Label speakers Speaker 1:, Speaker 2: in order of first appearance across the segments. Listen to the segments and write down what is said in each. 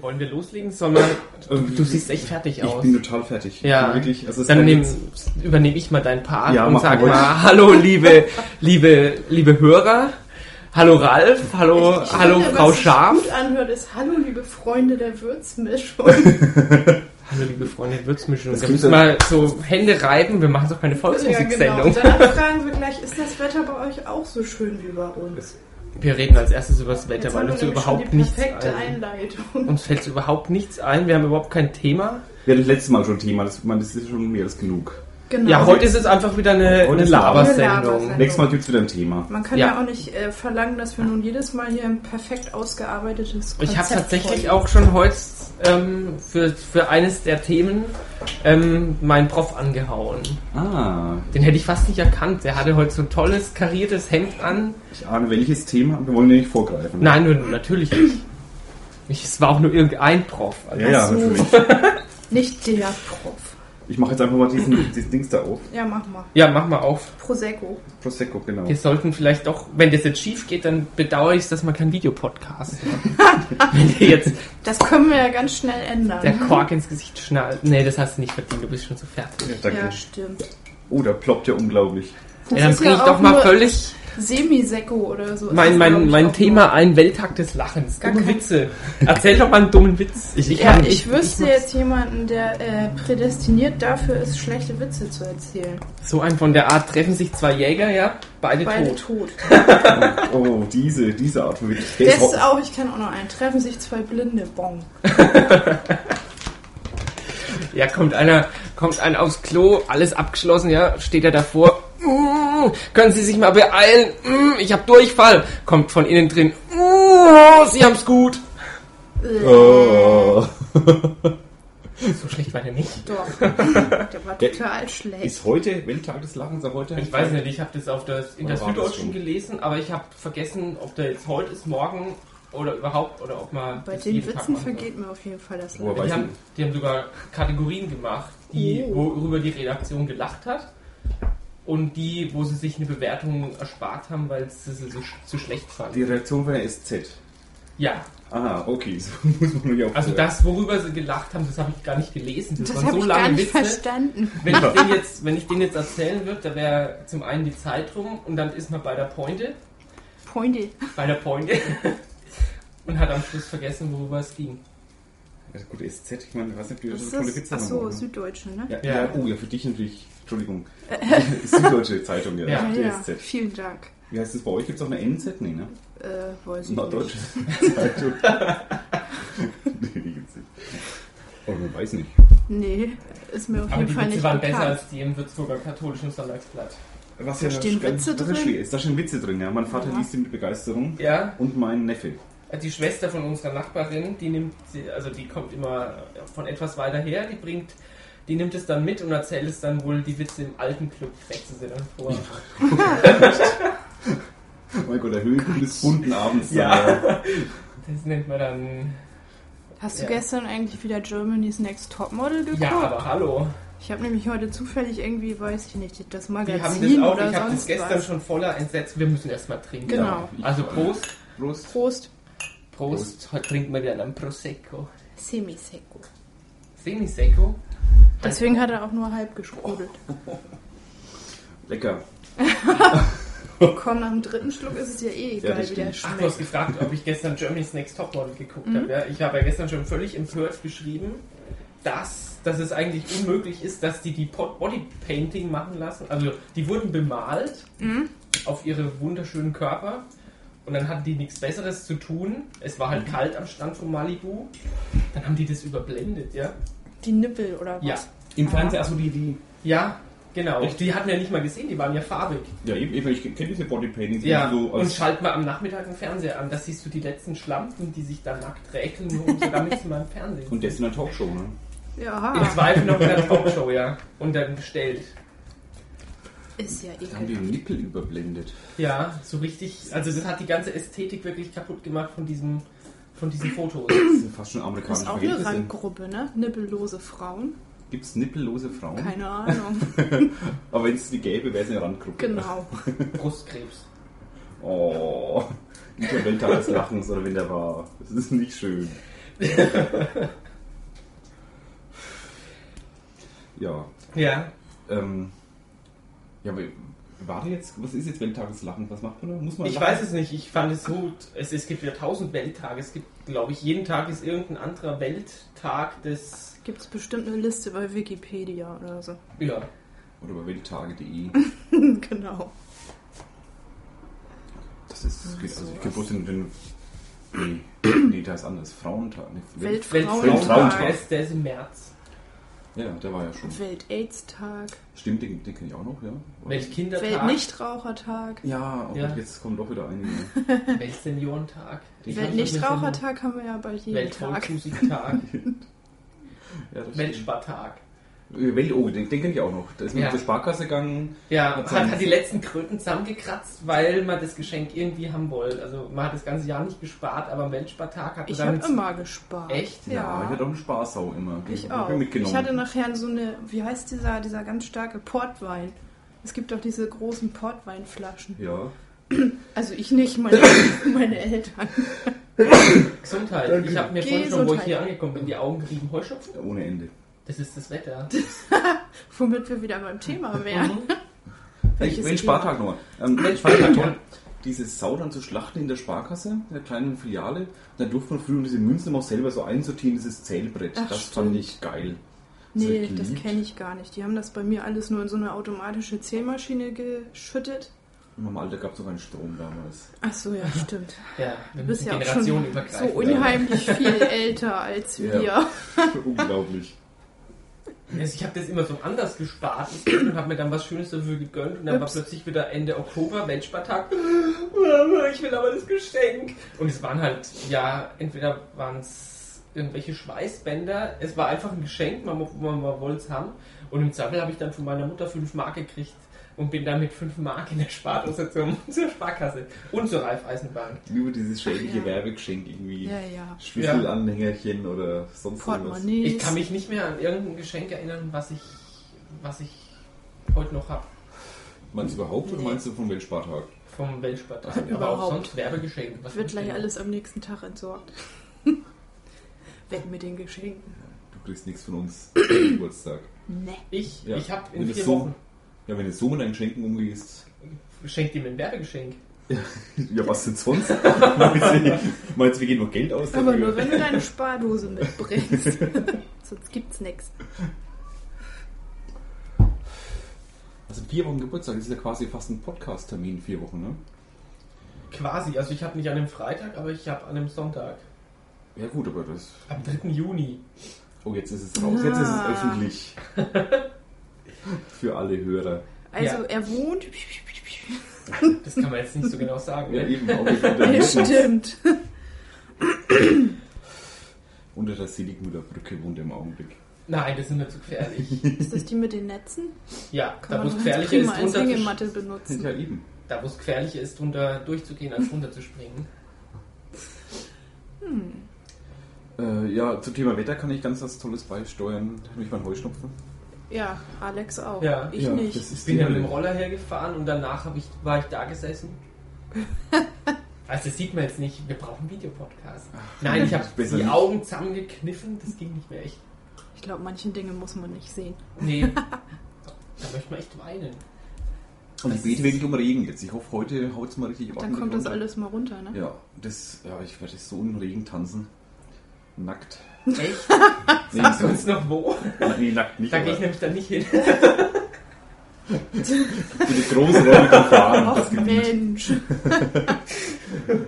Speaker 1: Wollen wir loslegen? Sollen wir, ähm, du siehst echt fertig
Speaker 2: Ich
Speaker 1: aus.
Speaker 2: bin total fertig.
Speaker 1: Ja.
Speaker 2: Wirklich, also es
Speaker 1: Dann
Speaker 2: war
Speaker 1: nehm,
Speaker 2: jetzt-
Speaker 1: übernehme ich mal deinen Part
Speaker 2: Ja,
Speaker 1: und
Speaker 2: mach
Speaker 1: sag
Speaker 2: mal.
Speaker 1: mal, hallo liebe, liebe, liebe Hörer, hallo Ralf, hallo,
Speaker 3: Ich
Speaker 1: hallo
Speaker 3: finde,
Speaker 1: Frau
Speaker 3: was sich
Speaker 1: Scharf,
Speaker 3: gut anhört, ist Hallo, liebe Freunde der Würzmischung.
Speaker 1: hallo liebe Freunde Würzmischung.
Speaker 2: Das
Speaker 1: Da
Speaker 2: klingt
Speaker 1: müssen wir so Hände reiben, wir machen doch keine Volksmusiksendung.
Speaker 3: genau. Und danach fragen wir gleich, ist das Wetter bei euch auch so schön wie bei uns?
Speaker 1: Wir reden als erstes über das Wetter,
Speaker 3: Jetzt
Speaker 1: weil
Speaker 3: haben
Speaker 1: uns
Speaker 3: wir nämlich
Speaker 1: überhaupt
Speaker 3: schon die
Speaker 1: nichts
Speaker 3: perfekte
Speaker 1: ein.
Speaker 3: Einleitung.
Speaker 1: Uns fällt überhaupt nichts ein, wir haben überhaupt kein Thema.
Speaker 2: Wir hatten das letzte Mal schon ein Thema, das, man, das ist schon mehr als genug.
Speaker 3: Genau.
Speaker 1: Ja, heute ist es einfach wieder eine,
Speaker 2: Heute
Speaker 1: eine
Speaker 2: ist Laber-
Speaker 1: Labersendung.
Speaker 3: Labersendung.
Speaker 2: Nächstes Mal gibt es wieder ein Thema.
Speaker 3: Man kann
Speaker 1: Ja.
Speaker 3: ja, auch nicht äh, verlangen, dass wir nun jedes Mal hier ein perfekt ausgearbeitetes Konzept
Speaker 1: Ich habe tatsächlich
Speaker 3: vorlegen.
Speaker 1: auch schon heute ähm, für, für eines der Themen ähm, meinen Prof angehauen.
Speaker 2: Ah,
Speaker 1: Den hätte ich fast nicht erkannt. Der hatte heute so ein tolles kariertes Hemd an.
Speaker 2: ich ahne, welches Thema? Wir wollen ja nicht vorgreifen.
Speaker 1: Nein, nur- natürlich nicht. Ich, es war auch nur irgendein Prof. Also,
Speaker 2: Ja, ja,
Speaker 3: Ach so.
Speaker 2: natürlich.
Speaker 3: Nicht der Prof.
Speaker 2: Ich mache jetzt einfach mal diesen, diesen Dings da auf.
Speaker 3: Ja, mach mal.
Speaker 1: ja, mach mal auf.
Speaker 3: Prosecco.
Speaker 2: Prosecco, genau.
Speaker 1: Wir sollten vielleicht doch, wenn das jetzt schief geht, dann bedauere ich, dass man kein Videopodcast macht. wenn dir jetzt
Speaker 3: Das können wir ja ganz schnell
Speaker 1: der
Speaker 3: ändern.
Speaker 1: Kork ins Gesicht schnallt. Nee, das hast du nicht verdient. Du bist schon so fertig.
Speaker 2: Ja, danke.
Speaker 3: Ja, stimmt.
Speaker 2: Oh, da ploppt ja unglaublich.
Speaker 1: Ja, dann
Speaker 3: ist
Speaker 1: bringe
Speaker 3: ja
Speaker 1: ich
Speaker 3: auch
Speaker 1: doch mal
Speaker 3: nur-
Speaker 1: völlig
Speaker 3: Semi-Sekko oder so.
Speaker 1: Mein,
Speaker 3: Das glaub
Speaker 1: mein,
Speaker 3: ich auch
Speaker 1: mein
Speaker 3: nur.
Speaker 1: Thema ein Welttag des Lachens.
Speaker 3: Gar
Speaker 1: Dumme
Speaker 3: kein-
Speaker 1: Witze. Erzähl doch mal einen dummen Witz. Ich, ich
Speaker 3: Ja,
Speaker 1: kann
Speaker 3: ich
Speaker 1: nicht.
Speaker 3: wüsste
Speaker 1: mach's.
Speaker 3: jetzt jemanden, der äh, prädestiniert dafür ist, schlechte Witze zu erzählen.
Speaker 1: So ein von der Art treffen sich zwei Jäger, ja, beide,
Speaker 3: Beide
Speaker 1: tot.
Speaker 3: tot.
Speaker 2: Oh, diese, diese Art von Witz. Der
Speaker 3: Das
Speaker 2: ist ho-
Speaker 3: auch, ich kann auch noch einen. Treffen sich zwei Blinde, Bon.
Speaker 1: Ja, kommt einer, kommt einer aufs Klo, alles abgeschlossen, ja, steht er davor. Mm, können Sie sich mal beeilen? Mm, ich hab Durchfall. Kommt von innen drin. Mm, Sie haben's gut.
Speaker 3: Äh,
Speaker 2: Oh.
Speaker 1: So schlecht war der nicht.
Speaker 3: Doch. Der war
Speaker 2: Der-
Speaker 3: total schlecht.
Speaker 2: Ist heute Welttag des Lachens? Ist heute
Speaker 1: Ich weiß nicht, ich habe das auf das, in
Speaker 2: Oder
Speaker 1: der
Speaker 2: war das
Speaker 1: Süddeutschen
Speaker 2: schon?
Speaker 1: gelesen, aber ich habe vergessen, ob der jetzt heute ist, morgen oder überhaupt oder ob man
Speaker 3: Bei
Speaker 1: das
Speaker 3: den
Speaker 1: jeden Tag
Speaker 3: Witzen
Speaker 1: machen soll.
Speaker 3: vergeht mir auf jeden Fall das
Speaker 2: Woher
Speaker 3: Leid.
Speaker 2: weiß
Speaker 1: Die
Speaker 2: ich
Speaker 1: haben,
Speaker 2: nicht.
Speaker 1: die haben sogar Kategorien gemacht, die,
Speaker 3: Oh.
Speaker 1: worüber die Redaktion gelacht hat. Und die, wo sie sich eine Bewertung erspart haben, weil sie sie so, sch- zu schlecht
Speaker 2: Die
Speaker 1: fanden.
Speaker 2: Reaktion war ja SZ.
Speaker 1: Ja,
Speaker 2: Ah, okay. So muss man ja auch
Speaker 1: also das, worüber sie gelacht haben, das habe ich gar nicht gelesen. Das,
Speaker 3: Das
Speaker 1: waren
Speaker 3: habe
Speaker 1: so
Speaker 3: ich
Speaker 1: lange
Speaker 3: gar nicht
Speaker 1: Witze.
Speaker 3: verstanden.
Speaker 1: Wenn ich, den jetzt, wenn ich den jetzt erzählen würde, da wäre zum einen die Zeit rum und dann ist man bei der Pointe,
Speaker 3: Pointy.
Speaker 1: bei der Pointe und hat am Schluss vergessen, worüber es ging.
Speaker 2: Ja, gut, SZ, ich meine, ich weiß nicht, wie das
Speaker 3: Das
Speaker 2: so tolle Witze
Speaker 3: ist, achso,
Speaker 2: machen.
Speaker 3: Süddeutsche, ne?
Speaker 2: Ja,
Speaker 1: Ja.
Speaker 2: ja. oh ja, für dich natürlich. Entschuldigung. Die Süddeutsche Zeitung, ja.
Speaker 1: Ja.
Speaker 2: Die
Speaker 3: ja.
Speaker 2: SZ.
Speaker 3: Vielen Dank.
Speaker 2: Wie heißt das bei euch? Gibt es auch eine NZ? Nee, ne?
Speaker 3: Äh, weiß ich nicht.
Speaker 2: Norddeutsche Zeitung. nee, die gibt's nicht. Oh, man weiß nicht.
Speaker 3: Nee, ist mir auf
Speaker 1: Aber
Speaker 3: jeden
Speaker 1: die
Speaker 3: Fall
Speaker 1: Witze
Speaker 3: nicht
Speaker 1: waren
Speaker 3: bekannt.
Speaker 1: besser als die im Würzburger katholischen Sonntagsblatt.
Speaker 2: Was
Speaker 3: Da stehen
Speaker 2: ganz-
Speaker 3: Witze
Speaker 2: das ist
Speaker 3: drin?
Speaker 2: schwierig. Ist Da stehen Witze drin, ja. Mein Vater
Speaker 3: Ja.
Speaker 2: liest ihn mit Begeisterung.
Speaker 1: Ja,
Speaker 2: Und mein Neffe.
Speaker 1: Äh, Die Schwester von unserer Nachbarin, die nimmt, sie- also die kommt immer von etwas weiter her, die bringt, die nimmt es dann mit und erzählt es dann wohl die Witze im alten Club, trägt sie sie dann vor.
Speaker 2: Oh mein Gott, der Höhepunkt des bunten Abends.
Speaker 1: Ja. Das nennt man dann,
Speaker 3: Hast du
Speaker 1: Ja.
Speaker 3: gestern eigentlich wieder Germany's Next Topmodel geguckt?
Speaker 1: ja, aber hallo.
Speaker 3: Ich habe nämlich heute zufällig irgendwie, weiß ich nicht, das
Speaker 1: Wir haben
Speaker 3: Magazin
Speaker 1: das auch,
Speaker 3: oder
Speaker 1: ich habe das
Speaker 3: sonst
Speaker 1: gestern
Speaker 3: was.
Speaker 1: schon voller entsetzt, wir müssen erstmal trinken.
Speaker 3: Genau.
Speaker 2: ich-
Speaker 1: Also Prost,
Speaker 2: Prost.
Speaker 3: Prost.
Speaker 1: Prost, heute trinken wir dann einen Prosecco.
Speaker 3: Semisecco.
Speaker 1: Semisecco?
Speaker 3: Deswegen hat er auch nur halb gesprudelt.
Speaker 2: Lecker.
Speaker 3: Komm, nach dem dritten Schluck ist es ja eh
Speaker 2: Ja,
Speaker 3: egal,
Speaker 2: das
Speaker 3: wie der
Speaker 2: stimmt.
Speaker 1: Ach, du hast
Speaker 3: schmeckt.
Speaker 1: gefragt, ob ich gestern Germany's Next Topmodel geguckt habe. Ja, ich habe ja gestern schon völlig empört geschrieben, dass, dass es eigentlich unmöglich ist, dass die die Pot Body Painting machen lassen. Also die wurden bemalt auf ihre wunderschönen Körper und dann hatten die nichts Besseres zu tun. Es war halt kalt am Strand von Malibu. Dann haben die das überblendet, ja?
Speaker 3: Die Nippel oder was?
Speaker 1: Ja,
Speaker 2: Im Fernsehen, also die, die.
Speaker 1: ja, genau.
Speaker 2: Echt?
Speaker 1: Die hatten wir nicht mal gesehen, die waren ja farbig.
Speaker 2: Ja, eben, eben, ich kenne diese Bodypaintings.
Speaker 1: Ja,
Speaker 2: So
Speaker 1: und
Speaker 2: als,
Speaker 1: schalt mal am Nachmittag den Fernseher an. Da siehst du die letzten Schlampen, die sich da nackt räkeln, nur um so damit sie mal im Fernsehen
Speaker 2: und der ist in der Talkshow, ne?
Speaker 1: Im
Speaker 3: Ja,
Speaker 1: Zweifel noch in der Talkshow, ja. Und dann bestellt.
Speaker 3: ist ja
Speaker 2: Da haben die
Speaker 3: ekelhaft.
Speaker 2: den Nippel überblendet.
Speaker 1: Ja, so richtig. Also, das hat die ganze Ästhetik wirklich kaputt gemacht von diesem. Von diesen Fotos.
Speaker 2: Das sind fast schon
Speaker 3: Das ist
Speaker 2: amerikanische
Speaker 3: auch eine
Speaker 2: Verhältnisse.
Speaker 3: Randgruppe, ne? Nippellose Frauen?
Speaker 2: Gibt es nippellose Frauen?
Speaker 3: Keine Ahnung.
Speaker 2: Aber wenn es die gäbe, wäre es eine Randgruppe.
Speaker 3: genau.
Speaker 1: Brustkrebs.
Speaker 2: Oh. Nicht der Welttag des Lachens oder wenn der war. Das ist nicht schön. Ja.
Speaker 1: Ja.
Speaker 2: Ähm, ja, aber warte jetzt, was ist jetzt Welttageslachen? Was macht man da? Muss man
Speaker 1: Ich
Speaker 2: lachen?
Speaker 1: weiß es nicht, ich fand es so, es, es gibt ja tausend Welttage, es gibt, glaube ich, jeden Tag ist irgendein anderer Welttag des,
Speaker 3: Gibt es bestimmt eine Liste bei Wikipedia oder so.
Speaker 1: ja,
Speaker 2: Oder bei welttage.de.
Speaker 3: genau.
Speaker 2: Das ist, das geht, also ich kenne bloß den, den nee, nee, da ist anders. Frauentag. Nee, Welt-
Speaker 1: Weltfrauentag,
Speaker 3: Weltfrauentag.
Speaker 2: Weltfrauentag.
Speaker 1: der ist im März.
Speaker 2: Ja, der war ja schon.
Speaker 3: Welt-Aids-Tag.
Speaker 2: Stimmt, den, den kenne ich auch noch, ja. Oder-
Speaker 1: Weltkindertag,
Speaker 3: Weltnichtrauchertag.
Speaker 2: Ja, oh
Speaker 1: Ja.
Speaker 2: Gott, jetzt kommen doch wieder einige.
Speaker 1: Weltseniorentag.
Speaker 2: Ich
Speaker 3: Weltnichtrauchertag haben wir ja bald jeden Tag.
Speaker 1: Weltvolksmusiktag,
Speaker 2: Ja, das stimmt.
Speaker 1: Weltspartag.
Speaker 2: Äh, Welt, oh, den, den kenne ich auch noch. Da ist man
Speaker 1: Ja.
Speaker 2: zur Sparkasse gegangen.
Speaker 1: Ja,
Speaker 2: Hat
Speaker 1: hat,
Speaker 2: sein-
Speaker 1: hat die letzten Kröten zusammengekratzt, weil man das Geschenk irgendwie haben wollte. Also man hat das ganze Jahr nicht gespart, aber am Weltspartag hat man
Speaker 3: Ich habe
Speaker 1: damit...
Speaker 3: immer gespart.
Speaker 1: Echt?
Speaker 2: Ja, ich
Speaker 3: Ja.
Speaker 2: hatte auch einen Spaßsau immer. Den
Speaker 3: ich
Speaker 2: hab
Speaker 3: auch.
Speaker 2: mir
Speaker 3: Ich
Speaker 2: mitgenommen.
Speaker 3: hatte nachher so eine, wie heißt dieser, dieser ganz starke Portwein? Es gibt doch diese großen Portweinflaschen.
Speaker 2: ja.
Speaker 3: Also ich nicht, meine, meine Eltern.
Speaker 1: Gesundheit. Ich habe mir vorhin schon, wo ich hier angekommen bin, die Augen gerieben. Heuschnupfen?
Speaker 2: Ohne Ende.
Speaker 1: Das ist das Wetter.
Speaker 3: Womit wir wieder beim Thema wären.
Speaker 1: Mhm.
Speaker 2: Ich
Speaker 3: Welches
Speaker 2: will
Speaker 3: Thema?
Speaker 2: Spartag nochmal. Ähm, ich fand das toll, diese Sau dann zu schlachten in der Sparkasse, in der kleinen Filiale. Und dann durfte man früher um diese Münzen auch selber so einsortieren, dieses Zählbrett.
Speaker 3: Ach,
Speaker 2: das
Speaker 3: stimmt.
Speaker 2: fand ich geil. Das hab
Speaker 3: Nee,
Speaker 2: ich
Speaker 3: das
Speaker 2: geliebt.
Speaker 3: kenne ich gar nicht. Die haben das bei mir alles nur in so eine automatische Zählmaschine geschüttet.
Speaker 2: In meinem Alter gab es noch keinen Strom damals.
Speaker 3: Ach so, ja, stimmt.
Speaker 1: Ja, wir
Speaker 3: Du bist
Speaker 1: müssen
Speaker 3: ja auch
Speaker 1: Generationen
Speaker 3: schon so
Speaker 1: übergreifen.
Speaker 3: unheimlich viel älter als
Speaker 2: Ja.
Speaker 3: wir.
Speaker 2: Unglaublich.
Speaker 1: Also ich habe das immer so anders gespart und habe mir dann was Schönes dafür gegönnt und dann war
Speaker 3: Ups.
Speaker 1: plötzlich wieder Ende Oktober, Weltspartag. Ich will aber das Geschenk. Und es waren halt, ja, entweder waren es irgendwelche Schweißbänder, es war einfach ein Geschenk, man, mo- man, man wollte es haben. Und im Zweifel habe ich dann von meiner Mutter 5 Mark gekriegt und bin dann mit 5 Mark in der Spardose zur, zur Sparkasse und zur Raiffeisenbank.
Speaker 2: Über dieses schädliche
Speaker 3: Ja.
Speaker 2: Werbegeschenk irgendwie.
Speaker 3: Ja, ja.
Speaker 2: Schlüsselanhängerchen oder sonst irgendwas.
Speaker 3: Portemonnaies.
Speaker 1: Ich kann mich nicht mehr an irgendein Geschenk erinnern, was ich, was ich heute noch habe.
Speaker 2: Meinst du überhaupt oder
Speaker 3: Nee.
Speaker 2: meinst du vom Weltspartag?
Speaker 1: Vom Weltspartag.
Speaker 2: Also
Speaker 1: aber auch
Speaker 3: überhaupt.
Speaker 1: sonst Werbegeschenke. Was
Speaker 3: Wird
Speaker 1: gibt's
Speaker 3: gleich
Speaker 1: denn?
Speaker 3: alles am nächsten Tag entsorgt. Weg mit den Geschenken.
Speaker 2: Du kriegst nichts von uns am Geburtstag.
Speaker 3: Ne.
Speaker 1: Ich,
Speaker 2: Ja.
Speaker 1: ich habe in
Speaker 2: Wenn es
Speaker 1: vier
Speaker 2: so-
Speaker 1: Wochen.
Speaker 2: Ja, wenn du so mit deinen Geschenken umgehst,
Speaker 1: Schenkt ihm ein Werbegeschenk.
Speaker 2: ja, was denn sonst? meinst, du, meinst du, wir geben noch Geld aus dafür?
Speaker 3: Aber nur wenn du deine Spardose mitbringst. Sonst gibt's nichts.
Speaker 2: also vier Wochen Geburtstag, das ist ja quasi fast ein Podcast-Termin, vier Wochen, ne?
Speaker 1: Quasi. Also ich habe nicht an einem Freitag, aber ich habe an einem Sonntag.
Speaker 2: Ja gut, aber das...
Speaker 1: Am 3. Juni.
Speaker 2: Oh, jetzt ist es raus, jetzt ist es
Speaker 3: Ah.
Speaker 2: öffentlich. Für alle Hörer.
Speaker 3: Also
Speaker 1: Ja.
Speaker 3: er wohnt.
Speaker 1: Das kann man jetzt nicht so genau sagen.
Speaker 2: Ja,
Speaker 1: ne?
Speaker 2: eben, auch unter der
Speaker 3: Ja,
Speaker 2: Müllers-
Speaker 3: stimmt.
Speaker 2: Unter der Seligmüller Brücke wohnt er im Augenblick.
Speaker 1: Nein, das ist mir zu gefährlich.
Speaker 3: Ist das die mit den Netzen?
Speaker 1: Ja, da wo es
Speaker 3: doch
Speaker 1: gefährlicher ist,
Speaker 3: prima als
Speaker 1: drunter zu,
Speaker 3: Hängematte benutzen.
Speaker 2: Ja, eben.
Speaker 1: da wo es gefährlicher ist, drunter durchzugehen, als runter zu springen.
Speaker 2: Äh, ja, zum Thema Wetter kann ich ganz was Tolles beisteuern. Nämlich mein Heuschnupfen.
Speaker 3: Ja, Alex auch.
Speaker 1: Ja.
Speaker 3: ich
Speaker 2: ja,
Speaker 3: nicht.
Speaker 2: Das
Speaker 1: Ich
Speaker 2: ist
Speaker 1: bin
Speaker 2: die
Speaker 1: ja mit dem
Speaker 2: Hölle.
Speaker 1: Roller hergefahren und danach hab ich, war ich da gesessen. Also das sieht man jetzt nicht. Wir brauchen einen Videopodcast. Nein, ich habe
Speaker 2: besser
Speaker 1: die
Speaker 2: nicht.
Speaker 1: Augen zusammengekniffen. Das ging nicht mehr echt.
Speaker 3: Ich glaube, manchen Dinge muss man nicht sehen.
Speaker 1: Nee. da möchte man echt weinen.
Speaker 2: Und ich bete wirklich um Regen jetzt. Ich hoffe, heute haut es mal richtig
Speaker 3: Dann kommt das
Speaker 2: runter.
Speaker 3: alles mal runter, ne?
Speaker 2: Ja, das, ja, ich werde so im Regen tanzen. Nackt.
Speaker 1: Echt?
Speaker 2: Nee,
Speaker 1: Sagst du
Speaker 2: so-
Speaker 1: uns noch wo?
Speaker 2: nee nackt nicht.
Speaker 1: Da gehe ich
Speaker 2: Aber
Speaker 1: nämlich dann nicht hin.
Speaker 2: für die große Rolle kann fahren.
Speaker 3: Och
Speaker 2: Das Gebiet.
Speaker 3: Mensch.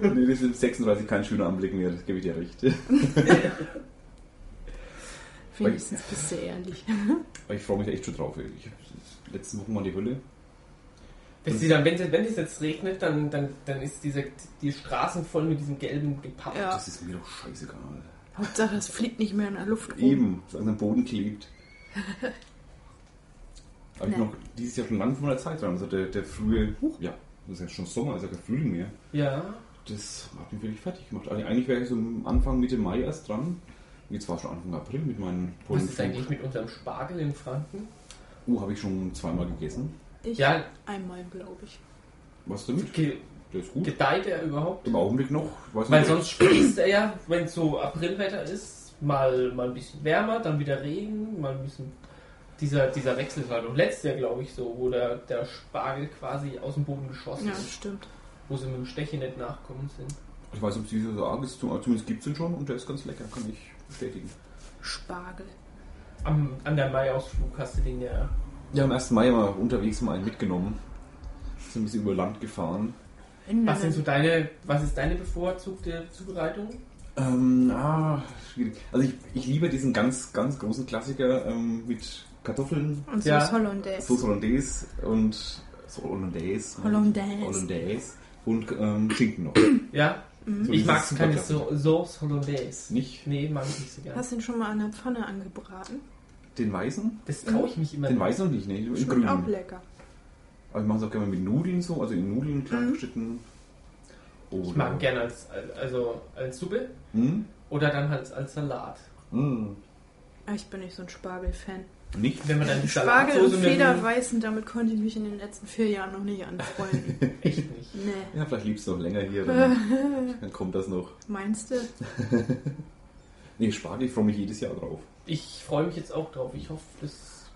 Speaker 2: Nee, das ist im 36 kein schöner Anblick mehr, das gebe ich dir recht.
Speaker 3: Wenigstens bist du ehrlich.
Speaker 2: Aber ich freue mich echt schon drauf. Ich, das- letzten Wochen war die Hölle.
Speaker 1: Wenn sie dann, wenn es wenn es jetzt regnet, dann, dann, dann ist diese, die Straßen voll mit diesem gelben gepappt.
Speaker 3: Ja.
Speaker 2: Das ist mir doch scheißegal.
Speaker 3: Hauptsache, es fliegt nicht mehr in der Luft rum.
Speaker 2: Eben, dass es am Boden klebt. Habe ich
Speaker 3: Nee.
Speaker 2: noch dieses Jahr schon lange vor meiner Zeit dran. Also der, der frühe, Huch, ja, das ist ja schon Sommer, ist ja kein Frühling mehr.
Speaker 1: ja.
Speaker 2: Das hat mich wirklich fertig gemacht. Also eigentlich wäre ich so am Anfang, Mitte Mai erst dran. Jetzt war schon Anfang April mit meinen
Speaker 1: Was ist
Speaker 2: Pollen.
Speaker 1: eigentlich mit unserem Spargel in Franken?
Speaker 2: Oh, habe ich schon zweimal gegessen.
Speaker 3: Ich
Speaker 1: Ja,
Speaker 3: einmal, glaube ich.
Speaker 2: Was damit?
Speaker 1: ge-
Speaker 2: Der ist gut.
Speaker 1: Gedeiht er überhaupt?
Speaker 2: Im Augenblick noch. Ich weiß
Speaker 1: Weil
Speaker 2: nicht,
Speaker 1: sonst sprießt er ja, wenn es so Aprilwetter ist, mal, mal ein bisschen wärmer, dann wieder Regen, mal ein bisschen. Dieser, dieser Wechsel war doch letztes Jahr, glaube ich, so, wo der, der Spargel quasi aus dem Boden geschossen
Speaker 3: Ja,
Speaker 1: ist,
Speaker 3: stimmt.
Speaker 1: wo sie mit dem Stechen nicht nachkommen sind.
Speaker 2: ich weiß nicht, ob es diese so arg ist. zum- Zumindest gibt es ihn schon und der ist ganz lecker, kann ich bestätigen.
Speaker 3: Spargel.
Speaker 1: Am, an der Maiausflug hast du den ja.
Speaker 2: Ja, am 1. Mai mal unterwegs mal einen mitgenommen. Sind ein bisschen über Land gefahren.
Speaker 1: Was sind so deine, was ist deine bevorzugte Zubereitung?
Speaker 2: Ähm, ah, schwierig. Also ich, ich liebe diesen ganz, ganz großen Klassiker ähm, mit Kartoffeln,
Speaker 3: Und so
Speaker 1: Ja.
Speaker 3: ist Hollandaise.
Speaker 2: Sauce Hollandaise und Sauce Hollandaise. ne?
Speaker 3: Hollandaise. Mhm.
Speaker 2: Hollandaise und ähm, Schinken noch.
Speaker 1: Ja,
Speaker 2: So
Speaker 1: ich
Speaker 2: dieses
Speaker 1: mag keine
Speaker 2: Superklassiker.
Speaker 1: Sau- Sauce Hollandaise.
Speaker 2: Nicht
Speaker 1: Nee, mag ich nicht so gerne.
Speaker 3: Hast du ihn schon mal an der Pfanne angebraten?
Speaker 2: den weißen?
Speaker 1: Das traue ich mich immer
Speaker 2: Den
Speaker 1: nicht.
Speaker 2: weißen noch nicht, ne? In
Speaker 3: Schmeckt
Speaker 2: grün.
Speaker 3: auch
Speaker 2: Aber
Speaker 3: lecker.
Speaker 2: ich mache es auch gerne mit Nudeln so, also in Nudeln klein
Speaker 3: Mhm.
Speaker 2: geschnitten.
Speaker 1: Ich
Speaker 2: Oder-
Speaker 1: mag ihn gerne als, also als Suppe
Speaker 2: Hm?
Speaker 1: oder dann halt als Salat.
Speaker 2: Hm.
Speaker 3: Aber Ah, ich bin nicht so ein Spargel-Fan.
Speaker 2: Nicht?
Speaker 1: Wenn man dann die
Speaker 3: Spargel und
Speaker 1: Salatsoße nimmt,
Speaker 3: Federweißen, damit konnte ich mich in den letzten vier Jahren noch nicht anfreunden.
Speaker 1: echt nicht.
Speaker 3: nee.
Speaker 2: Ja, vielleicht liebst du noch länger hier,
Speaker 3: Äh.
Speaker 2: dann, dann kommt das noch.
Speaker 3: Meinst du?
Speaker 2: Nee, Spargel, ich freue mich jedes Jahr drauf.
Speaker 1: Ich freue mich jetzt auch drauf. Ich hoffe, das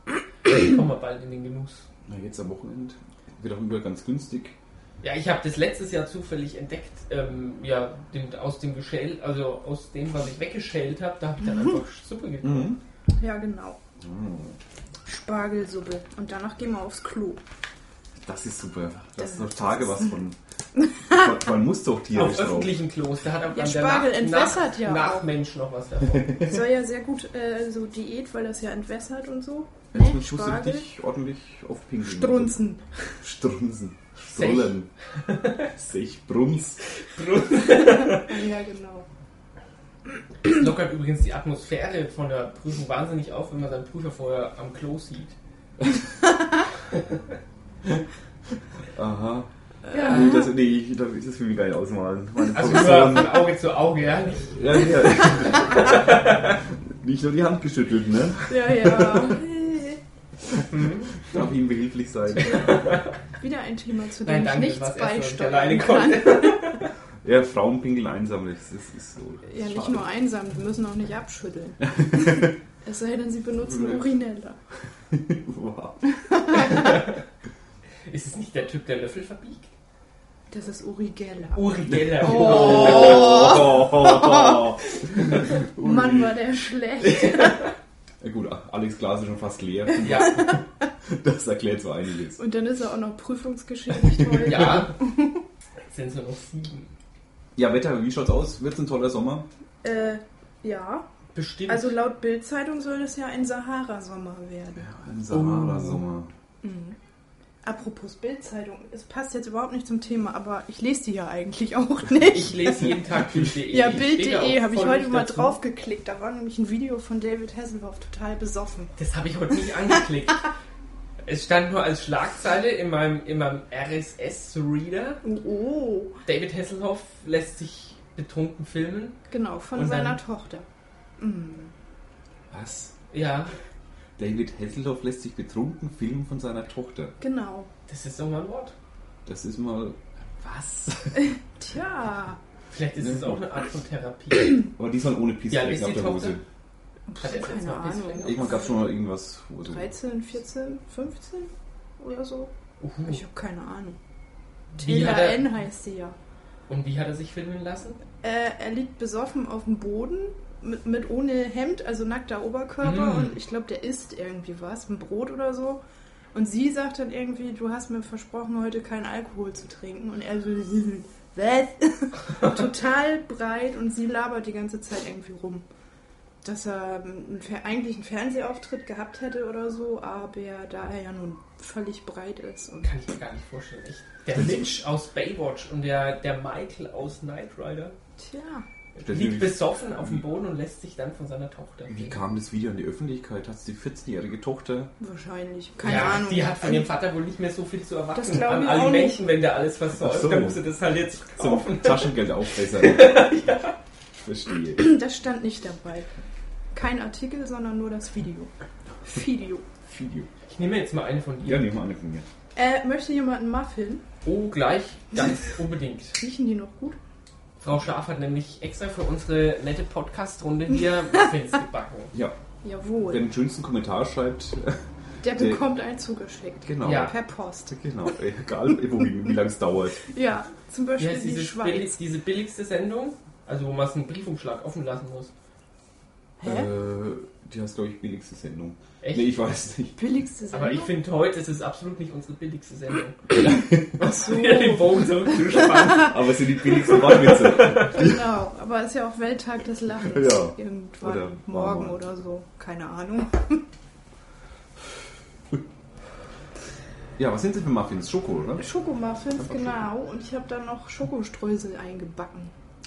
Speaker 1: kommen wir bald in den Genuss.
Speaker 2: Na, jetzt am Wochenende wird auch überall ganz günstig.
Speaker 1: Ja, ich habe das letztes Jahr zufällig entdeckt, ähm, ja, den, aus dem Geschält, also aus dem, was ich weggeschält habe, da habe ich dann einfach Suppe gegessen.
Speaker 2: Mhm.
Speaker 3: Ja, genau.
Speaker 2: Hm.
Speaker 3: Spargelsuppe. Und danach gehen wir aufs Klo.
Speaker 2: Das ist super. Das ist
Speaker 3: Das-
Speaker 2: noch Tage was von. Man, man muss doch tierisch
Speaker 1: Auf
Speaker 2: drauf.
Speaker 1: öffentlichen Klos, da hat auch
Speaker 3: Ja,
Speaker 1: dann der
Speaker 3: Spargel
Speaker 1: Nach-
Speaker 3: entwässert
Speaker 1: Nach,
Speaker 3: ja auch.
Speaker 1: Nachmensch noch was davon.
Speaker 3: Soll ja sehr gut äh, so Diät, weil das ja entwässert und so.
Speaker 2: Jetzt
Speaker 3: Ne?
Speaker 2: musst du
Speaker 3: Spargel.
Speaker 2: dich ordentlich aufpinkeln.
Speaker 3: Strunzen.
Speaker 2: Strunzen. Strollen. Sechbrunz.
Speaker 3: Ja, genau.
Speaker 1: Das lockert übrigens die Atmosphäre von der Prüfung wahnsinnig auf, wenn man seinen Prüfer vorher am Klo sieht.
Speaker 2: Aha.
Speaker 3: Ja.
Speaker 2: Nee, das, nee, ich darf ich das will ich gar nicht ausmalen. Meine
Speaker 1: Also über
Speaker 2: Professoren.
Speaker 1: von Auge zu Auge, ja. nicht?
Speaker 2: Ja, ja. Nicht nur die Hand geschüttelt, ne?
Speaker 3: Ja, ja.
Speaker 2: Darf ihm behilflich sein.
Speaker 3: Wieder ein Thema, zu dem
Speaker 1: Nein, danke,
Speaker 3: ich nichts
Speaker 1: was er so
Speaker 3: beisteuern
Speaker 1: alleine
Speaker 3: kann.
Speaker 1: konnte.
Speaker 2: Ja, Frauen pinkeln einsam, das ist, ist so.
Speaker 3: Ja, nicht
Speaker 2: schade.
Speaker 3: nur einsam, die müssen auch nicht abschütteln. es sei denn, sie benutzen
Speaker 2: Ja.
Speaker 3: Urinella.
Speaker 2: Wow.
Speaker 1: Ist es nicht der Typ, der Löffel verbiegt?
Speaker 3: Das ist Urigella.
Speaker 1: Uri Geller.
Speaker 2: Oh.
Speaker 3: Mann, war der schlecht.
Speaker 2: Ja, gut, Alex Glas ist schon fast leer.
Speaker 1: Ja,
Speaker 2: Das erklärt so einiges.
Speaker 3: Und dann ist er auch noch prüfungsgeschädigt heute.
Speaker 1: ja. Jetzt sind es nur noch sieben.
Speaker 2: Ja, Wetter, wie schaut's aus? Wird's ein toller Sommer?
Speaker 3: Äh, ja.
Speaker 1: Bestimmt.
Speaker 3: Also laut Bild-Zeitung soll es ja ein Sahara-Sommer werden.
Speaker 2: Ein
Speaker 1: Oh.
Speaker 2: Sahara-Sommer.
Speaker 3: Apropos Bild-Zeitung, es passt jetzt überhaupt nicht zum Thema, aber ich lese die ja eigentlich auch nicht.
Speaker 1: ich lese jeden Tag Bild.de.
Speaker 3: ja,
Speaker 1: Ich stehe da
Speaker 3: Bild.de
Speaker 1: auch
Speaker 3: habe ich
Speaker 1: voll
Speaker 3: heute
Speaker 1: nicht
Speaker 3: mal
Speaker 1: dazu.
Speaker 3: draufgeklickt. Da war nämlich ein Video von David Hasselhoff total besoffen.
Speaker 1: Das habe ich heute nicht angeklickt. es stand nur als Schlagzeile in meinem, in meinem RSS-Reader.
Speaker 3: Oh,
Speaker 1: David Hasselhoff lässt sich betrunken filmen.
Speaker 3: genau, von
Speaker 1: Und dann-
Speaker 3: seiner Tochter. Mm.
Speaker 2: Was?
Speaker 1: Ja,
Speaker 2: David Hasselhoff lässt sich betrunken filmen von seiner Tochter.
Speaker 3: Genau.
Speaker 1: das ist doch mal ein Wort.
Speaker 2: Das ist mal. Was?
Speaker 3: Tja,
Speaker 1: Vielleicht ist
Speaker 2: Ja,
Speaker 1: es
Speaker 2: gut.
Speaker 1: auch eine Art von Therapie.
Speaker 2: Aber diesmal ohne
Speaker 1: Ja,
Speaker 2: Pissflecken
Speaker 1: ist die
Speaker 2: auf der
Speaker 1: Tochter?
Speaker 2: Hose.
Speaker 1: Hat er jetzt
Speaker 3: keine
Speaker 1: noch ein bisschen-
Speaker 3: Ahnung.
Speaker 2: Irgendwann gab's schon mal irgendwas. wo so-
Speaker 3: 13, 14, 15 oder so.
Speaker 1: Uhu.
Speaker 3: Ich habe keine Ahnung.
Speaker 1: Hm. Wie
Speaker 3: Taylor
Speaker 1: hat er,
Speaker 3: N heißt sie ja.
Speaker 1: und wie hat er sich filmen lassen?
Speaker 3: Äh, er liegt besoffen auf dem Boden mit, mit ohne Hemd, also nackter Oberkörper
Speaker 1: Mm.
Speaker 3: und ich glaube, der isst irgendwie was, ein Brot oder so. Und sie sagt dann irgendwie, du hast mir versprochen, heute keinen Alkohol zu trinken. Und er so, was? Total breit und sie labert die ganze Zeit irgendwie rum. Dass er einen, Fer- eigentlich einen Fernsehauftritt gehabt hätte oder so, aber da er ja nun völlig breit ist. Und
Speaker 1: Kann ich mir gar nicht vorstellen, echt. Der Lynch aus Baywatch und der, der Michael aus Knight Rider
Speaker 3: tja,
Speaker 2: Stell dir
Speaker 1: liegt
Speaker 2: die-
Speaker 1: besoffen auf dem Boden und lässt sich dann von seiner Tochter
Speaker 2: Wie
Speaker 1: filmen.
Speaker 2: kam das Video an die Öffentlichkeit? Hat's die 14-jährige Tochter?
Speaker 3: wahrscheinlich. Keine
Speaker 1: ja,
Speaker 3: Ahnung.
Speaker 1: Die hat von ihrem Vater wohl nicht mehr so viel zu
Speaker 3: Das
Speaker 1: erwarten.
Speaker 3: glaub
Speaker 1: An
Speaker 3: ich
Speaker 1: allen
Speaker 3: auch nicht.
Speaker 1: Menschen, wenn der alles
Speaker 2: Ach
Speaker 1: versäumt,
Speaker 2: so.
Speaker 1: dann muss er das halt jetzt
Speaker 2: Zum
Speaker 1: verkaufen.
Speaker 2: Taschengeld auffressern. ja. Verstehe.
Speaker 3: Das stand nicht dabei. Kein Artikel, sondern nur das Video. Video.
Speaker 2: Video.
Speaker 1: Ich nehme jetzt mal einen von
Speaker 2: Ja,
Speaker 1: ihr.
Speaker 2: nehmen wir eine von mir.
Speaker 3: Äh, möchte jemand einen Muffin?
Speaker 1: Oh, gleich, ganz unbedingt.
Speaker 3: Riechen die noch gut?
Speaker 1: Frau Schaf hat nämlich extra für unsere nette Podcast-Runde hier Muffins gebacken.
Speaker 2: Ja, wer
Speaker 3: Jawohl.
Speaker 2: den schönsten Kommentar schreibt,
Speaker 3: Der
Speaker 2: der-
Speaker 3: bekommt einen zugeschickt.
Speaker 2: genau.
Speaker 1: Ja.
Speaker 3: Per Post.
Speaker 2: Genau, egal wo, wie, wie lange es dauert.
Speaker 3: Ja, zum
Speaker 1: Wie
Speaker 3: Beispiel
Speaker 1: heißt
Speaker 3: die
Speaker 1: diese,
Speaker 3: Schweiz.
Speaker 1: billig, diese billigste Sendung? Also, wo man es einen Briefumschlag offen lassen muss.
Speaker 3: Hä?
Speaker 2: Äh, die heißt, glaube ich, billigste Sendung.
Speaker 1: Echt?
Speaker 2: Nee, ich weiß nicht.
Speaker 3: Billigste Sendung?
Speaker 1: Aber ich finde, heute ist es absolut nicht unsere billigste Sendung.
Speaker 3: Oh. Ach so.
Speaker 1: Wieder den Bogen zurückzuspannen.
Speaker 2: Aber es sind die billigsten Wachwitze.
Speaker 3: Genau, aber ist ja auch Welttag des Lachens.
Speaker 2: Ja.
Speaker 3: Irgendwann
Speaker 2: Oder
Speaker 3: morgen
Speaker 2: morgen.
Speaker 3: oder so. Keine Ahnung.
Speaker 2: Ja, was sind das für Muffins? Schoko, oder?
Speaker 3: Schokomuffins,
Speaker 2: Einfach
Speaker 3: genau. Und ich habe dann noch Schokostreusel eingebacken.